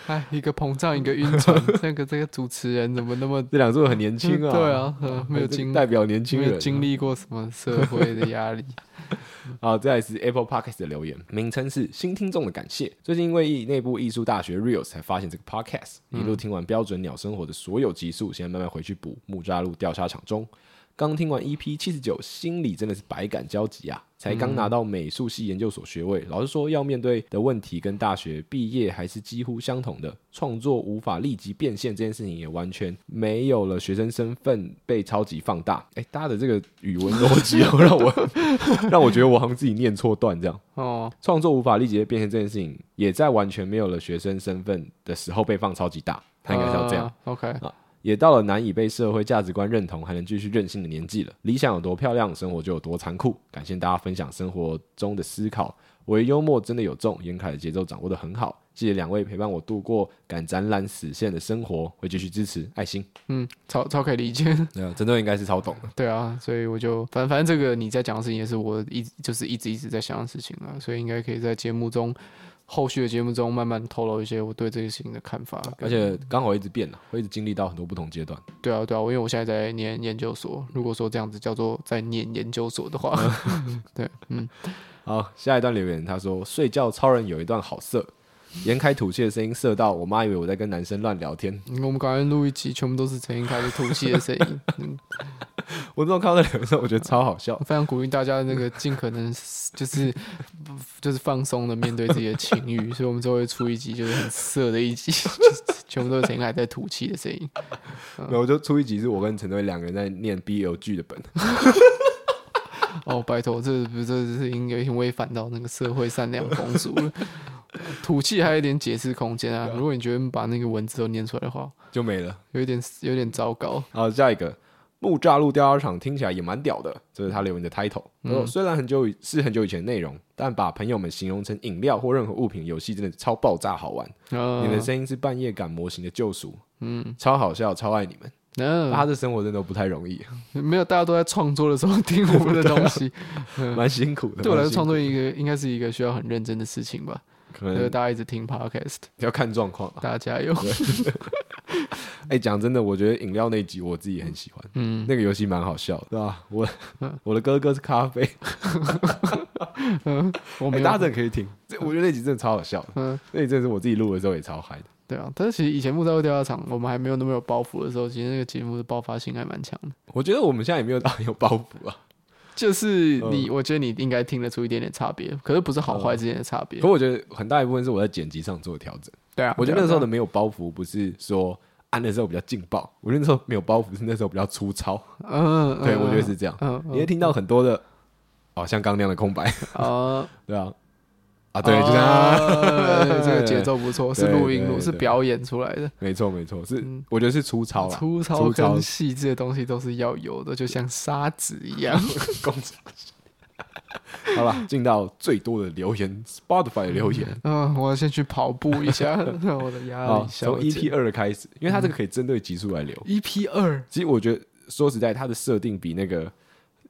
B: 哎，一个膨胀，一个晕船， <laughs> 这个这个主持人怎么那么
A: 这两座很年轻啊，
B: 对啊，呃没有经
A: 代表年轻
B: 没有
A: 人，
B: 经历过什么社会的压力。 <laughs>
A: 好，啊再来是 Apple Podcast 的留言，名称是新听众的感谢。最近因为内部艺术大学 Real 才发现这个 Podcast，一路听完标准鸟生活的所有集数，现在慢慢回去补木栅路调查场中。刚听完 EP 七十九，心里真的是百感交集啊！才刚拿到美术系研究所学位，老实说，要面对的问题跟大学毕业还是几乎相同的。创作无法立即变现这件事情，也完全没有了学生身份被超级放大。哎，大家的这个语文逻辑哦让我 <laughs> 让我觉得我好像自己念错段这样。
B: 哦，
A: 创作无法立即地变现这件事情，也在完全没有了学生身份的时候被放超级大。他应该是要这样。
B: 呃。OK，
A: 也到了难以被社会价值观认同还能继续任性的年纪了。理想有多漂亮，生活就有多残酷。感谢大家分享生活中的思考，我的幽默真的有重，严凯的节奏掌握的很好。谢谢两位陪伴我度过敢展览死线的生活，会继续支持，爱心。
B: 嗯，超超可以理解。
A: 那嗯真的应该是超懂的。
B: 对啊，所以我就反反正这个你在讲的事情也是我一直就是一直一直在想的事情啊，所以应该可以在节目中后续的节目中慢慢透露一些我对这个事情的看法。
A: 而且刚好一直变了，会一直经历到很多不同阶段。
B: 对啊，对啊，我因为我现在在念研究所，如果说这样子叫做在念研究所的话，对，嗯，
A: 好，下一段留言，他说睡觉超人有一段好色，严开吐气的声音色到我妈以为我在跟男生乱聊天， <laughs>
B: <laughs> 我们刚才录一集，全部都是陈英开始吐气的声音， <laughs> 嗯，
A: 我这种看到这两个字，我觉得超好笑 <laughs>
B: 我。非常鼓励大家那个尽可能就是就是放松的面对自己的情欲，所以我们就会出一集就是很色的一集， <laughs> 就是全部都是陈英凯在吐气的声音。
A: 没有，我就出一集是我跟陈队两个人在念 BL 剧的本，
B: 哦，拜托，这不这是应该有点违反到那个社会善良风俗了。吐气还有一点解释空间啊！如果你觉得把那个文字都念出来的话，
A: 就没了。
B: 有一点有点糟糕。
A: 好，下一个木栅路调查场听起来也蛮屌的，这是他留言的 title。他
B: 嗯
A: 说虽然很久以是很久以前的内容，但把朋友们形容成饮料或任何物品，游戏真的超爆炸好玩。
B: 呃
A: 你们的声音是半夜感模型的救赎，嗯，超好笑，超爱你们。大
B: 那、
A: 家的生活真的都不太容易，
B: <laughs> 没有，大家都在创作的时候听我们的东西，
A: 蛮辛苦的。
B: 对我来
A: 蛮辛
B: 说，
A: 苦
B: 创作一个应该是一个需要很认真的事情吧。
A: 可
B: 就是
A: 能
B: 大家一直听 podcast，
A: 要看状况 <laughs> 啊。
B: 大家加油。
A: 哎，讲真的，我觉得饮料那一集我自己很喜欢，
B: <laughs>
A: <laughs>
B: 嗯，
A: 那个游戏蛮好笑的，嗯对吧、啊 <laughs> 我我的哥哥是咖 <laughs> 啡，
B: 嗯我
A: 欸
B: 们
A: 大家
B: 搭着
A: 真的可以听，这我觉得那集真的超好笑的，
B: 嗯，
A: 那集真的是我自己录的时候也超嗨的。
B: 对啊。但是其实以前木造调查场，我们还没有那么有包袱的时候，其实那个节目的爆发性还蛮强的。
A: 我觉得我们现在也没有到很有包袱 <laughs> 啊，
B: 就是你，
A: 嗯
B: 我觉得你应该听得出一点点差别，可是不是好坏之间的差别
A: 可。我觉得很大一部分是我在剪辑上做的调整。
B: 对啊
A: 我觉得那时候的
B: 对啊
A: 没有包袱，不是说啊那时候比较劲爆，我觉得那时候没有包袱是那时候比较粗糙，
B: 嗯，嗯
A: 对我觉得是这样，
B: 嗯嗯
A: 你会听到很多的哦像刚那样的空白， <laughs>
B: 啊，
A: 对啊，啊对，就这样，
B: 样，哦
A: <laughs>
B: 这个节奏不错，是
A: 对
B: 录音录，
A: 对
B: 是
A: 对
B: 表演出来的。
A: 没错没错，是
B: 嗯
A: 我觉得是粗糙啦，
B: 粗糙
A: 粗糙
B: 跟细致的东西都是要有的，就像沙子一样。
A: 工厂。 <laughs> 好了，进到最多的留言，Spotify 的留言，
B: <laughs> 嗯，我要先去跑步一下， <laughs> 让我的嗯压
A: 好，
B: 力
A: 哦从 E
B: 消解
A: EP。二开始，因为它这个可以针对集数来留。
B: EP 二，
A: 其实我觉得说实在，它的设定比那个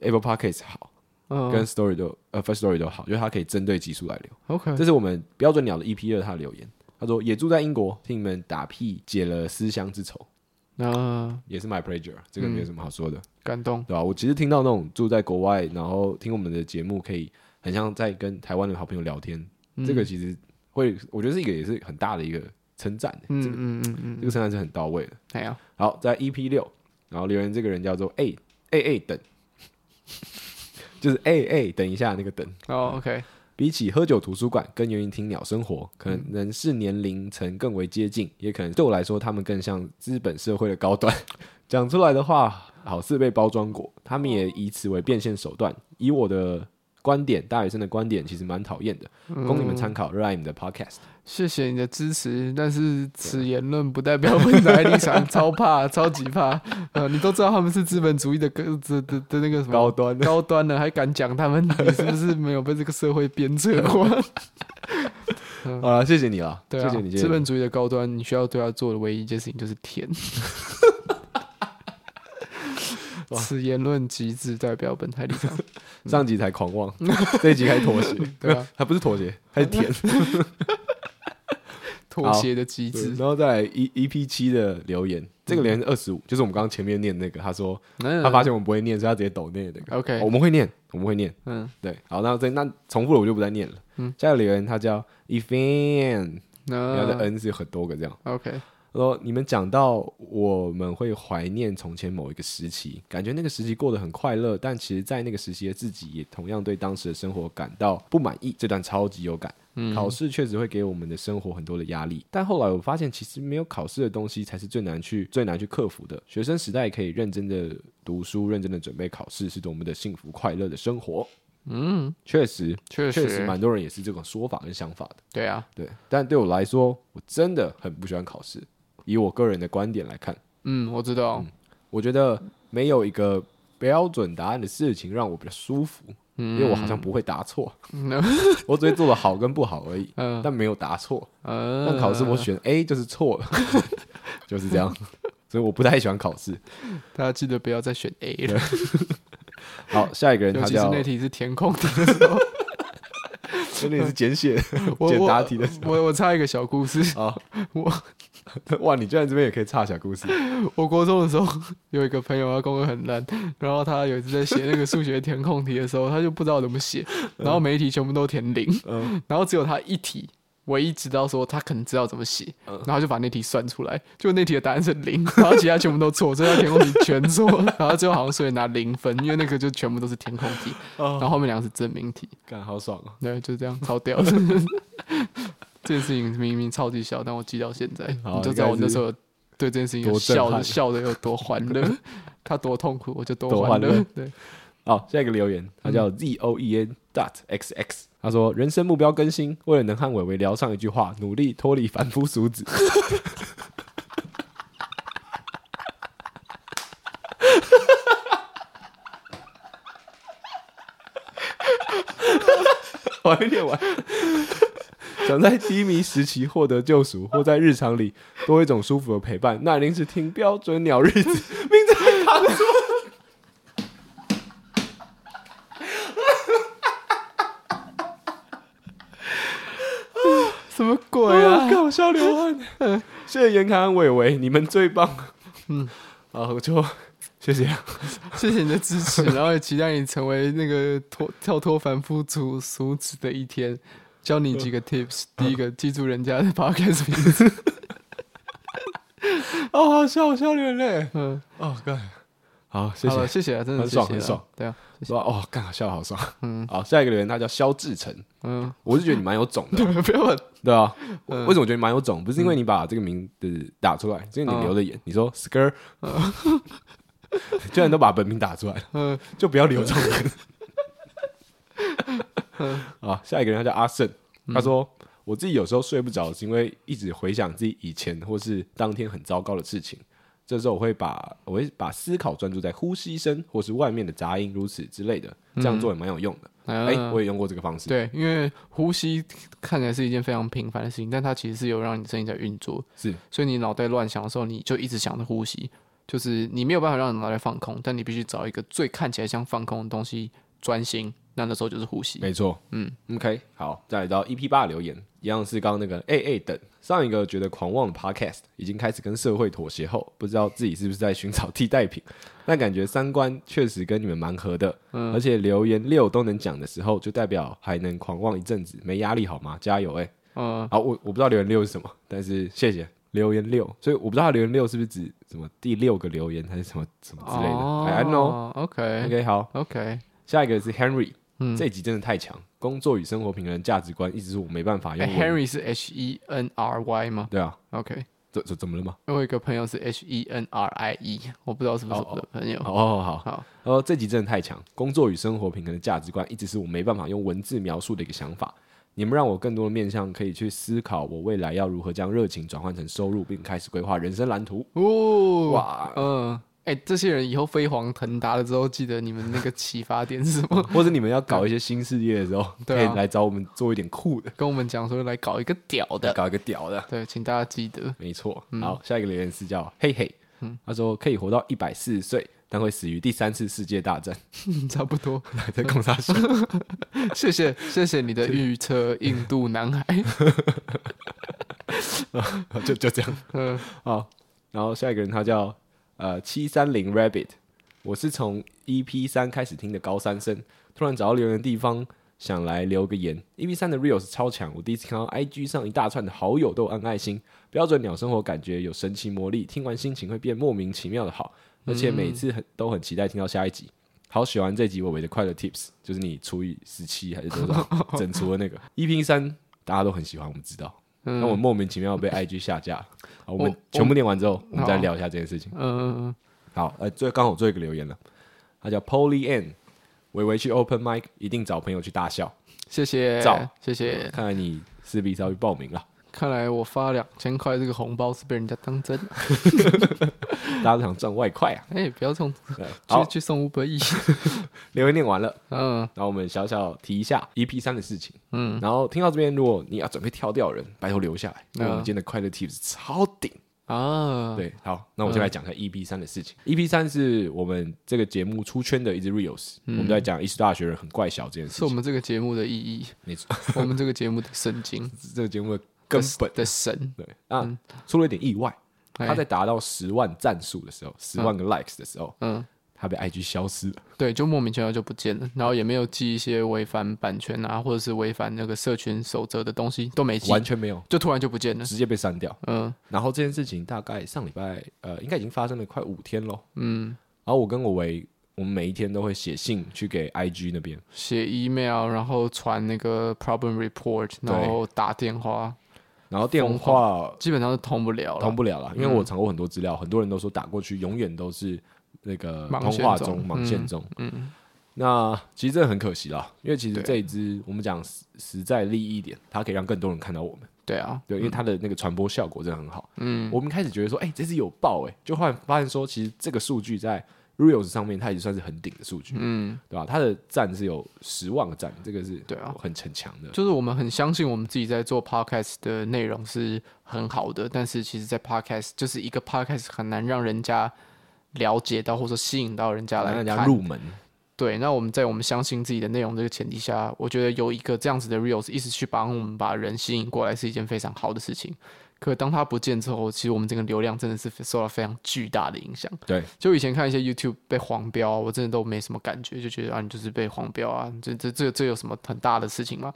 A: Apple Podcast 好，跟
B: 嗯
A: Story 都呃 First Story 都好，就是它可以针对集数来留。
B: ，OK，
A: 这是我们标准鸟的 EP 二，他的留言，他说也住在英国，听你们打屁解了思乡之愁，
B: 那
A: 也是 my pleasure，这
B: 嗯
A: 个没有什么好说的，
B: 感动，
A: 对吧、我其实听到那种住在国外，然后听我们的节目，可以很像在跟台湾的好朋友聊天，
B: 嗯
A: 这个其实会，我觉得是一个也是很大的一个称赞、
B: 嗯
A: 这个
B: 嗯嗯嗯，
A: 这个称赞是很到位的。
B: 哎呀，
A: 好，在 EP 六，然后留言这个人叫做 A A A 等， <laughs> 就是 A A 等一下那个等。
B: 哦，OK，
A: 比起喝酒图书馆，更愿意听鸟生活，
B: 嗯
A: 可能是年龄层更为接近，也可能对我来说，他们更像资本社会的高端。 <laughs> 讲出来的话，好似被包装过，他们也以此为变现手段。以我的观点，大学生的观点其实蛮讨厌的，
B: 嗯
A: 供你们参考，热爱你们的 podcast。
B: 谢谢你的支持，但是此言论不代表本台立场，超怕，超级怕。呃，你都知道他们是资本主义的个的的的那个什么
A: 高
B: <laughs>
A: 端的
B: 高端了，还敢讲他们？你是不是没有被这个社会鞭策过？
A: 好了，谢谢你了，
B: 对啊，
A: 谢谢你，谢谢
B: 资
A: 你
B: 本主义的高端，你需要对他做的唯一一件事情就是舔。此言论极致代表本台立场，
A: 上集才狂
B: <laughs>
A: 妄，这一集开始妥协，
B: 对啊， <laughs>
A: 还不是妥协，还是舔。
B: 妥协的机
A: 对
B: 制。
A: 然后再来 E E P 七的留言，这个留言是二十五，就是我们刚刚前面念那个，他说
B: 嗯
A: 他发现我们不会念，所以他直接抖那个那个。
B: OK，
A: 我们会念，我们会念。
B: 嗯，
A: 对，好，那这那重复了我就不再念了。
B: 嗯
A: 下一个留言他叫 e f a n 然后的
B: 那
A: N 是有很多个这样。
B: OK，
A: 他说你们讲到我们会怀念从前某一个时期，感觉那个时期过得很快乐，但其实，在那个时期的自己也同样对当时的生活感到不满意。这段超级有感。考试确实会给我们的生活很多的压力，但后来我发现，其实没有考试的东西才是最难去最难去克服的。学生时代可以认真的读书，认真的准备考试，是多么的幸福快乐的生活。嗯，确实，
B: 确
A: 确实
B: 实，
A: 蛮多人也是这种说法跟想法的。
B: 对啊，
A: 对，但对我来说，我真的很不喜欢考试。以我个人的观点来看，
B: 嗯，我知道，
A: 我觉得没有一个标准答案的事情让我比较舒服，
B: 嗯
A: 因为我好像不会答错，我只会做的好跟不好而已，
B: 嗯
A: 但没有答错。
B: 嗯，
A: 但考试我选 A 就是错了， <laughs> 就是这样。所以我不太喜欢考试。
B: 大家记得不要再选 A 了，
A: 好，下一个人
B: 尤
A: 他
B: 其是
A: 叫
B: 那题是填空
A: <laughs>
B: 题，
A: 真的也是简写
B: <laughs> 我
A: 简
B: 我
A: 答
B: <laughs>
A: 题的时
B: 我我插一个小故事，
A: 候啊。
B: 我
A: 哇，你居然这边也可以插小故
B: <laughs>
A: 事，
B: 我国中的时候有一个朋友，他功课很烂，然后他有一次在写那个数学填空题的时候，他就不知道怎么写，然后每一题全部都填零，
A: 嗯
B: 然后只有他一题。唯一知道说他可能知道怎么写，
A: 嗯
B: 然后就把那题算出来，就那题的答案是零，然后其他全部都错，所以他填空题全错，然后最后好像所以拿零分，因为那个就全部都是填空题，
A: 哦
B: 然后后面两个是证明题，
A: 干好爽哦。
B: 对，就这样
A: <laughs>
B: 超屌的。这件事情明明超级小，但我记到现在，
A: 好
B: 你就知道我那时候对这件事情有
A: 多震
B: 笑
A: 撼
B: 的笑的有多
A: <laughs>
B: 欢乐，他多痛苦我就
A: 多
B: 多
A: 欢
B: 欢
A: 乐
B: 乐。
A: <laughs>
B: 对，
A: 好，下一个留言，他叫 Z O E N dot X X，他说人生目标更新，为了能和伟伟聊上一句话，努力脱离凡夫俗子。 <laughs> 我还没念完。想在低迷时期获得救赎，或在日常里多一种舒服的陪伴，那一定是听标准鸟日子。名字还扛住。
B: 什么鬼啊？
A: 哦
B: 嗯
A: 搞笑流
B: <laughs>
A: 汗。谢谢严侃、伟伟，你们最棒。 <laughs> 嗯，好，我就谢
B: <laughs>
A: 谢。
B: 谢谢你的支持，然后也期待你成为那个脱跳脱凡夫俗俗子的一天。教你几个 tips，第一个记住人家的 <laughs> podcast 名字，
A: 哦，好笑，我笑流泪。
B: 嗯，
A: 哦，干，好，谢
B: 好了，
A: 谢。
B: 谢谢啊，真的
A: 很
B: 谢
A: 爽
B: 谢
A: 很
B: 啊
A: 爽，
B: 对啊，
A: 哇，哦，干，笑得好爽。嗯，好，下一个留言，他叫肖志成，
B: 嗯， <laughs>
A: 我是觉得你蛮有种的，
B: 不要把
A: 对啊。
B: 嗯
A: 为什么我觉得你蛮有种？不是因为你把这个名字打出来，是因为你留
B: 嗯
A: 的眼，你说 skr，居然都把本名打出来了，
B: 嗯
A: 就不要留这种人。
B: 嗯
A: <laughs> 啊，下一个人他叫阿胜，他说、我自己有时候睡不着，是因为一直回想自己以前或是当天很糟糕的事情。这时候我会把我会把思考专注在呼吸声或是外面的杂音，如此之类的，这样做也蛮有用的。哎、
B: 嗯
A: 我也用过这个方式。
B: 对，因为呼吸看起来是一件非常平凡的事情，但它其实是有让你身体在运作，
A: 是
B: 所以你脑袋乱想的时候，你就一直想着呼吸，就是你没有办法让你脑袋放空，但你必须找一个最看起来像放空的东西专心，那那时候就是呼吸。
A: 没错，嗯，OK，好，再来到 EP 八留言，一样是刚刚那个 AA 等上一个觉得狂妄的 Podcast 已经开始跟社会妥协后，不知道自己是不是在寻找替代品， <laughs> 但感觉三观确实跟你们蛮合的，
B: 嗯
A: 而且留言六都能讲的时候，就代表还能狂妄一阵子，没压力好吗？加油、欸，哎，
B: 嗯，
A: 好，我我不知道留言六是什么，但是谢谢。留言六，所以我不知道他留言六是不是指什么第六个留言还是什么什么之类的、i don't know。
B: 哦哎 OK
A: OK，好，
B: OK，
A: 下一个是 Henry，这一
B: 嗯
A: 集真的太强，工作与生活平衡价值观一直是我没办法
B: 哎
A: 用文。
B: ，Henry 是 H E N R Y 吗
A: 对啊，
B: ？OK，
A: 怎怎怎么了吗？
B: 我有一个朋友是 H E N R I E，我不知道是不是
A: 哦
B: 我的朋友。
A: 哦，好，
B: 好，
A: 呃，这集真的太强，工作与生活平衡的价值观一直是我没办法用文字描述的一个想法。你们让我更多的面向可以去思考，我未来要如何将热情转换成收入，并开始规划人生蓝
B: <laughs>
A: 图。
B: 哦，
A: 哇，
B: 嗯，哎、这些人以后飞黄腾达了之后，记得你们那个启发点是什 <laughs> 么？
A: 或者你们要搞一些新事业的时候，可
B: 对
A: 以
B: 啊
A: 来找我们做一点酷的，
B: 跟我们讲说来搞一个屌的，
A: 搞一个屌的。
B: 对，请大家记得。
A: 没错。
B: 嗯
A: 好，下一个留言是叫嘿嘿，他说可以活到一百四十岁，但会死于第三次世界大战。
B: <laughs> 差不多，
A: 在空杀手。 <laughs>
B: <laughs> 谢谢谢谢你的预测，印度男孩。
A: 就就这样。
B: 嗯，
A: 好，然后下一个人他叫呃七三零 Rabbit，我是从 EP 三开始听的高三生，突然找到留言的地方，想来留个言。EP 三的 Reels 超强，我第一次看到 IG 上一大串的好友都有按爱心，标准鸟生活感觉有神奇魔力，听完心情会变莫名其妙的好，而且每次很都很期待听到下一集。好喜欢这集我为的快乐 Tips，就是你除以十七还是多少整除的那个 EP 三，大家都很喜欢，我们知道。那我莫名其妙被 IG 下架。好，我们
B: 我
A: 全部念完之后，我们再聊一下这件事情。
B: 嗯，
A: 好，呃，最刚好做一个留言了，他叫 Polly Ann，微微去 Open Mic 一定找朋友去大笑。
B: 谢谢
A: 照，
B: 谢谢。
A: 看来你势必是要去报名了，
B: 看来我发两千块这个红包是被人家当 <laughs> 真了。
A: 大家都想赚外快啊。
B: 哎、不要送，
A: 对
B: 去
A: 好，
B: 去送五百亿。 <laughs>
A: 留言念完了，
B: 嗯
A: 然后我们小小提一下 EP 三的事情。
B: 嗯，
A: 然后听到这边，如果你要准备跳掉的人，拜托留下来，因为我们
B: 嗯
A: 今天的快乐 Tips 超顶。
B: 啊，，
A: 对，好，那我就来讲一下 EP 三的事情。EP 三是我们这个节目出圈的一支 reels，、我们在讲艺术大学人很怪小这件
B: 嗯是
A: 事
B: 我
A: 情。
B: 们这个节目的意义，
A: 没错，
B: 我们这个节目的圣 <laughs> 经
A: 这个节目的根本
B: 的神。
A: 对啊，出了一点意外。
B: 嗯哎
A: 他在达到十万赞数的时候，十万个 likes 的时候，
B: 嗯，
A: 他被 IG 消失了。
B: 对，就莫名其妙就不见了，然后也没有寄一些违反版权啊，或者是违反那个社群守则的东西都没寄，
A: 完全没有，
B: 就突然就不见了。
A: 直接被删掉。
B: 嗯
A: 然后这件事情大概上礼拜，呃，应该已经发生了快五天咯。
B: 嗯，
A: 然后我跟我维，我们每一天都会写信去给 IG 那边，
B: 写 email，然后传那个 problem report，
A: 对
B: 然后打电话，
A: 然后电
B: 疯
A: 话
B: 基本上是通不了了。
A: 通不了了，因为我查过很多资料，很多人都说打过去永远都是那个
B: 盲
A: 通
B: 线
A: 话
B: 中
A: 中、
B: 嗯
A: 盲线中。嗯，那其实这很可惜啦，因为其实
B: 对
A: 这一支我们讲实实在利益一点，它可以让更多人看到我们。
B: 对啊，
A: 对，因为它的那个传播效果真的很好。
B: 嗯，
A: 我们开始觉得说，哎、这次有爆哎、就后来发现说，其实这个数据在 Reels 上面，它已经算是很顶的数据，
B: 嗯，
A: 对吧？它的赞是有十万个赞，这个是
B: 对啊
A: 很很强的。
B: 就是我们很相信我们自己在做 podcast 的内容是很好的，但是其实，在 podcast 就是一个 podcast 很难让人家了解到或者吸引到人家来
A: 让人家
B: 看
A: 入门，
B: 对，那我们在我们相信自己的内容这个前提下，我觉得有一个这样子的 reels 一直去帮我们把人吸引过来是一件非常好的事情。可当它不见之后，其实我们这个流量真的是受到非常巨大的影响。
A: 对，
B: 就以前看一些 YouTube 被黄标啊，我真的都没什么感觉，就觉得啊，你就是被黄标啊，这这这这有什么很大的事情吗？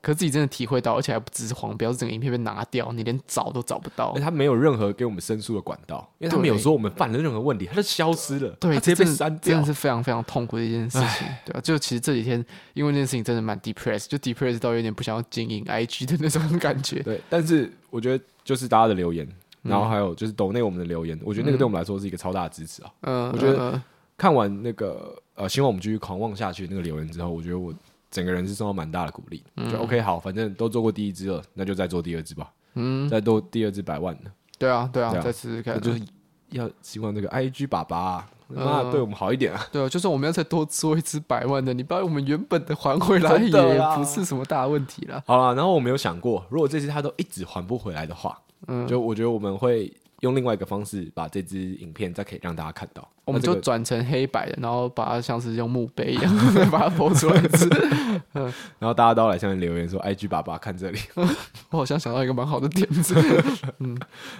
B: 可自己真的体会到，而且还不只是黄标，是整个影片被拿掉，你连找都找不到
A: 而。他没有任何给我们申诉的管道，因为他没有
B: 对
A: 说我们犯了任何问题，他就消失了，
B: 对，
A: 他直接被
B: 这真的
A: 删
B: 真
A: 掉
B: 的。是非常非常痛苦的一件事情，对吧、就其实这几天因为这件事情真的蛮 depressed，就 depressed 到有点不想要经营 IG 的那种感觉。
A: 对，但是我觉得就是大家的留言，然后
B: 嗯
A: 还有就是抖内我们的留言，我觉得那个对我们来说是一个超大的支持啊。
B: 嗯，
A: 我觉得
B: 嗯嗯
A: 看完那个呃，希望我们继续狂妄下去那个留言之后，我觉得我整个人是受到蛮大的鼓励。
B: 嗯
A: 就 OK，好，反正都做过第一支了，那就再做第二支吧。嗯，再做第二支百万的，
B: 对啊，对啊，嗯
A: 对啊
B: 再试试
A: 那
B: 看。
A: 就是要希望这个 IG 爸爸啊妈的对我们好一点啊。
B: 对啊，就算我们要再多做一支百万的，你把我们原本的还回来
A: 真的
B: 也
A: 啦
B: 不是什么大问题啦。
A: 好了，然后我没有想过，如果这次他都一直还不回来的话，嗯，就我觉得我们会用另外一个方式把这支影片再可以让大家看到。
B: 我们
A: 那这
B: 就
A: 个
B: 转成黑白的，然后把它像是用墓碑一样 <laughs> 把它剖出来一次。
A: 然后大家都来下面留言说，IG 爸爸看这里。 <laughs>
B: 我好像想到一个蛮好的点子。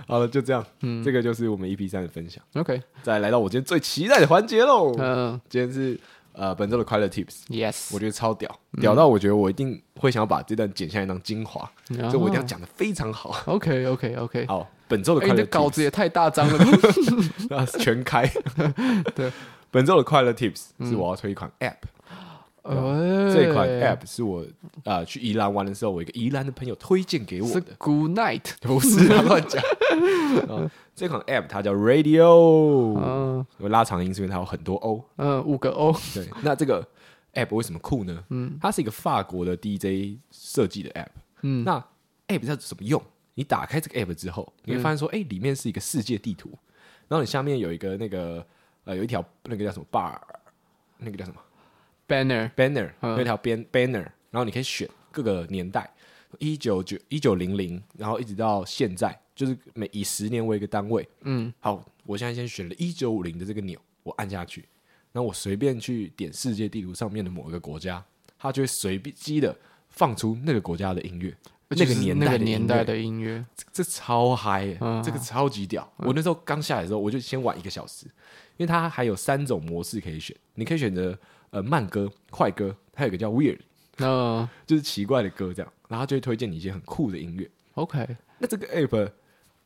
A: 好了，就这样，嗯，这个就是我们 EP 三的分享。
B: OK，
A: 再来到我今天最期待的环节喽，
B: 嗯
A: 今天是呃本周的快乐 Tips，我
B: ，Yes，
A: 觉得超屌，
B: 嗯
A: 屌到我觉得我一定会想要把这段剪下来当精华，
B: 然后
A: 所以我一定要讲的非常好。
B: OK，OK，OK。
A: 好，本周的
B: 哎，
A: 快
B: 你
A: 乐 Tips，
B: 的稿子也太大张了
A: <laughs>
B: 吧？
A: 啊全开。
B: 对，
A: 本周的快乐 Tips 是我要推一款 App。
B: 呃，
A: 这款 App 是我呃去宜兰玩的时候，我一个宜兰的朋友推荐给我
B: 是
A: 的，
B: Good Night，
A: 不是啊乱讲。啊这款 App 它叫 Radio，
B: 嗯
A: 我拉长音是因为它有很多 O。
B: 嗯，五个 O，
A: 对，那这个 App 为什么酷呢？嗯，它是一个法国的 DJ 设计的 App。
B: 嗯
A: 那 App 要怎么用？你打开这个 App 之后，你会发现说，哎、里面是一个世界地图，然后你下面有一个那个呃有一条那个叫什么 bar，那个叫什么？
B: banner，
A: banner
B: 嗯
A: 那条边 banner，然后你可以选各个年代，一九九一九零零，然后一直到现在，就是每以十年为一个单位。
B: 嗯，
A: 好，我现在先选了一九五零的这个钮，我按下去，然后我随便去点世界地图上面的某一个国家，它就会随便机的放出那个国家的音乐。那个
B: 就是
A: 年代
B: 那
A: 的
B: 个
A: 音
B: 年
A: 乐
B: 代的音乐，
A: 这超嗨耶、
B: 嗯
A: 这个超级屌！我那时候刚下来的时候，我就先玩一个小时，因为它还有三种模式可以选，你可以选择呃慢歌、快歌，还有一个叫 weird，
B: 那
A: 就是奇怪的歌这样，然后它就会推荐你一些很酷的音乐。
B: OK，
A: 那这个 app，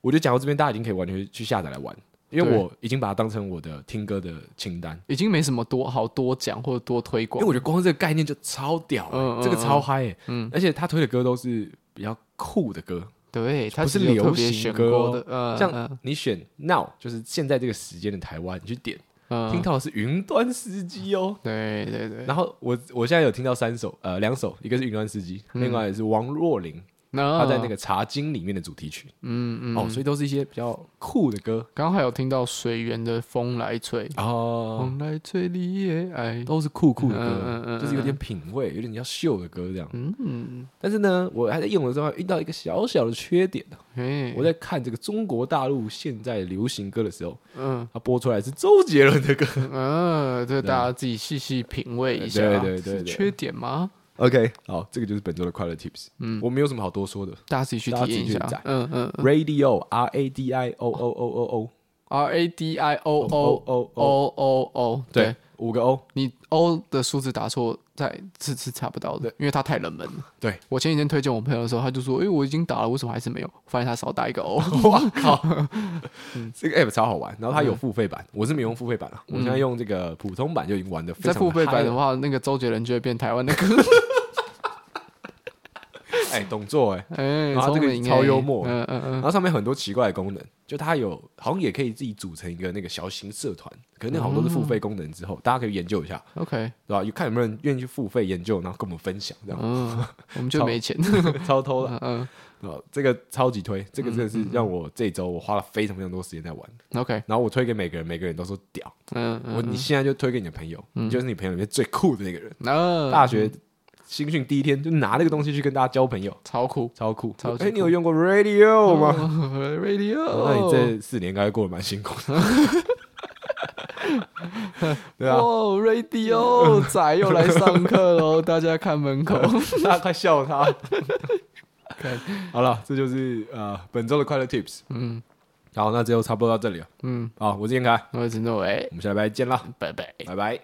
A: 我就讲到这边，大家已经可以完全去下载来玩，因为
B: 对
A: 我已经把它当成我的听歌的清单，
B: 已经没什么多好多讲或者多推
A: 因
B: 广
A: 为我觉得光这个概念就超屌、欸，
B: 嗯嗯嗯
A: 这个超嗨、欸，而且他推的歌都是比较酷的歌，
B: 对，它
A: 不是
B: 其实有
A: 流
B: 特别
A: 行
B: 选
A: 歌
B: 过
A: 哦
B: 的，呃，
A: 像你选 now 就是现在这个时间的台湾，你去点。
B: 嗯，
A: 听
B: 嗯
A: 到的是云端司机哦。
B: 对对对，
A: 然后我我现在有听到三首，呃，两首，一个是云端司机，
B: 嗯
A: 另外是王若琳，
B: 那
A: 她在那个《茶经》里面的主题曲
B: 嗯啊嗯，
A: 哦，所以都是一些比较酷的歌
B: 刚刚还有听到水源的风来吹，
A: 哦，
B: 风来吹你也爱，
A: 都是酷酷的
B: 嗯嗯
A: 歌，
B: 嗯
A: 就是有点品味，有点要秀的歌这样。
B: 嗯，
A: 但是呢，我还在用的时候遇到一个小小的缺点啊
B: 嘿，
A: 我在看这个中国大陆现在流行歌的时候， <laughs>
B: 嗯
A: 它播出来是周杰伦
B: <laughs>
A: 的歌。
B: 嗯，这大家自己细细品味一下，
A: 对对对对
B: 是缺点吗？
A: OK，好，这个就是本周的快乐 Tips。嗯，我没有什么好多说的。
B: 大家自己去体
A: 大家自己
B: 验一
A: 去
B: 下
A: 载，
B: 嗯嗯
A: Radio R A D I O O O O O
B: ，R A D I O
A: O
B: O
A: O O，
B: O O O，
A: 对，，五个 O，
B: 你 O 的数字打错，在是是查不到的，因为它太冷门了。
A: 对，
B: 我前几天推荐我朋友的时候，他就说：“诶，我已经打了，为什么还是没有？”发现他少打一个哦
A: <laughs>
B: O。
A: 哇靠，这个 app 超好玩，然后它
B: 嗯
A: 有付费版，我是没用付费版了，我现在用这个普通版就已经玩的非
B: <laughs> 在
A: 常
B: 付费版的
A: 嗨了，
B: 话，那个周杰伦就会变
A: <laughs>
B: 台湾的歌。
A: 哎，懂做哎，
B: 哎，
A: <laughs> 啊这个
B: 聪明哎
A: 超幽默
B: 嗯嗯嗯，
A: 然后上面很多奇怪的功能，就它有好像也可以自己组成一个那个小型社团，可能那好像都
B: 嗯
A: 是付费功能之后，大家可以研究一下，
B: OK，
A: 对吧？有看有没有人愿意去付费研究，然后跟我们分享，这样
B: 嗯，我们就
A: 超
B: 没钱。
A: <laughs>
B: <laughs>
A: 超偷
B: 嗯
A: 了，
B: 嗯
A: 对吧这个超级推，这个真的是让我这周我花了非常非常多时间在玩，
B: ，OK，
A: 然后我推给每个人，每个人都说屌。
B: 嗯嗯，
A: 我你现在就推给你的朋友，你就是你朋友里面最酷的那个人。
B: 那
A: 大学新训第一天就拿那个东西去跟大家交朋友，
B: 超酷 <laughs>
A: 超酷。
B: 超级
A: 哎，
B: 酷
A: 你有用过 radio 吗？
B: 哦 Radio，
A: 那你这四年应该过得蛮辛苦
B: <laughs>
A: 的。对啊，
B: 哦，Radio
A: <laughs>
B: 仔又来上课喽，大家看门口。
A: 大家快笑他。好了，这就是呃本周的快乐 tips。
B: 嗯
A: 好，那这就差不多到这里了。
B: 嗯，
A: 好，我是严凯，
B: 我只认为，
A: 我们下礼拜见啦，
B: 拜拜。
A: 拜拜。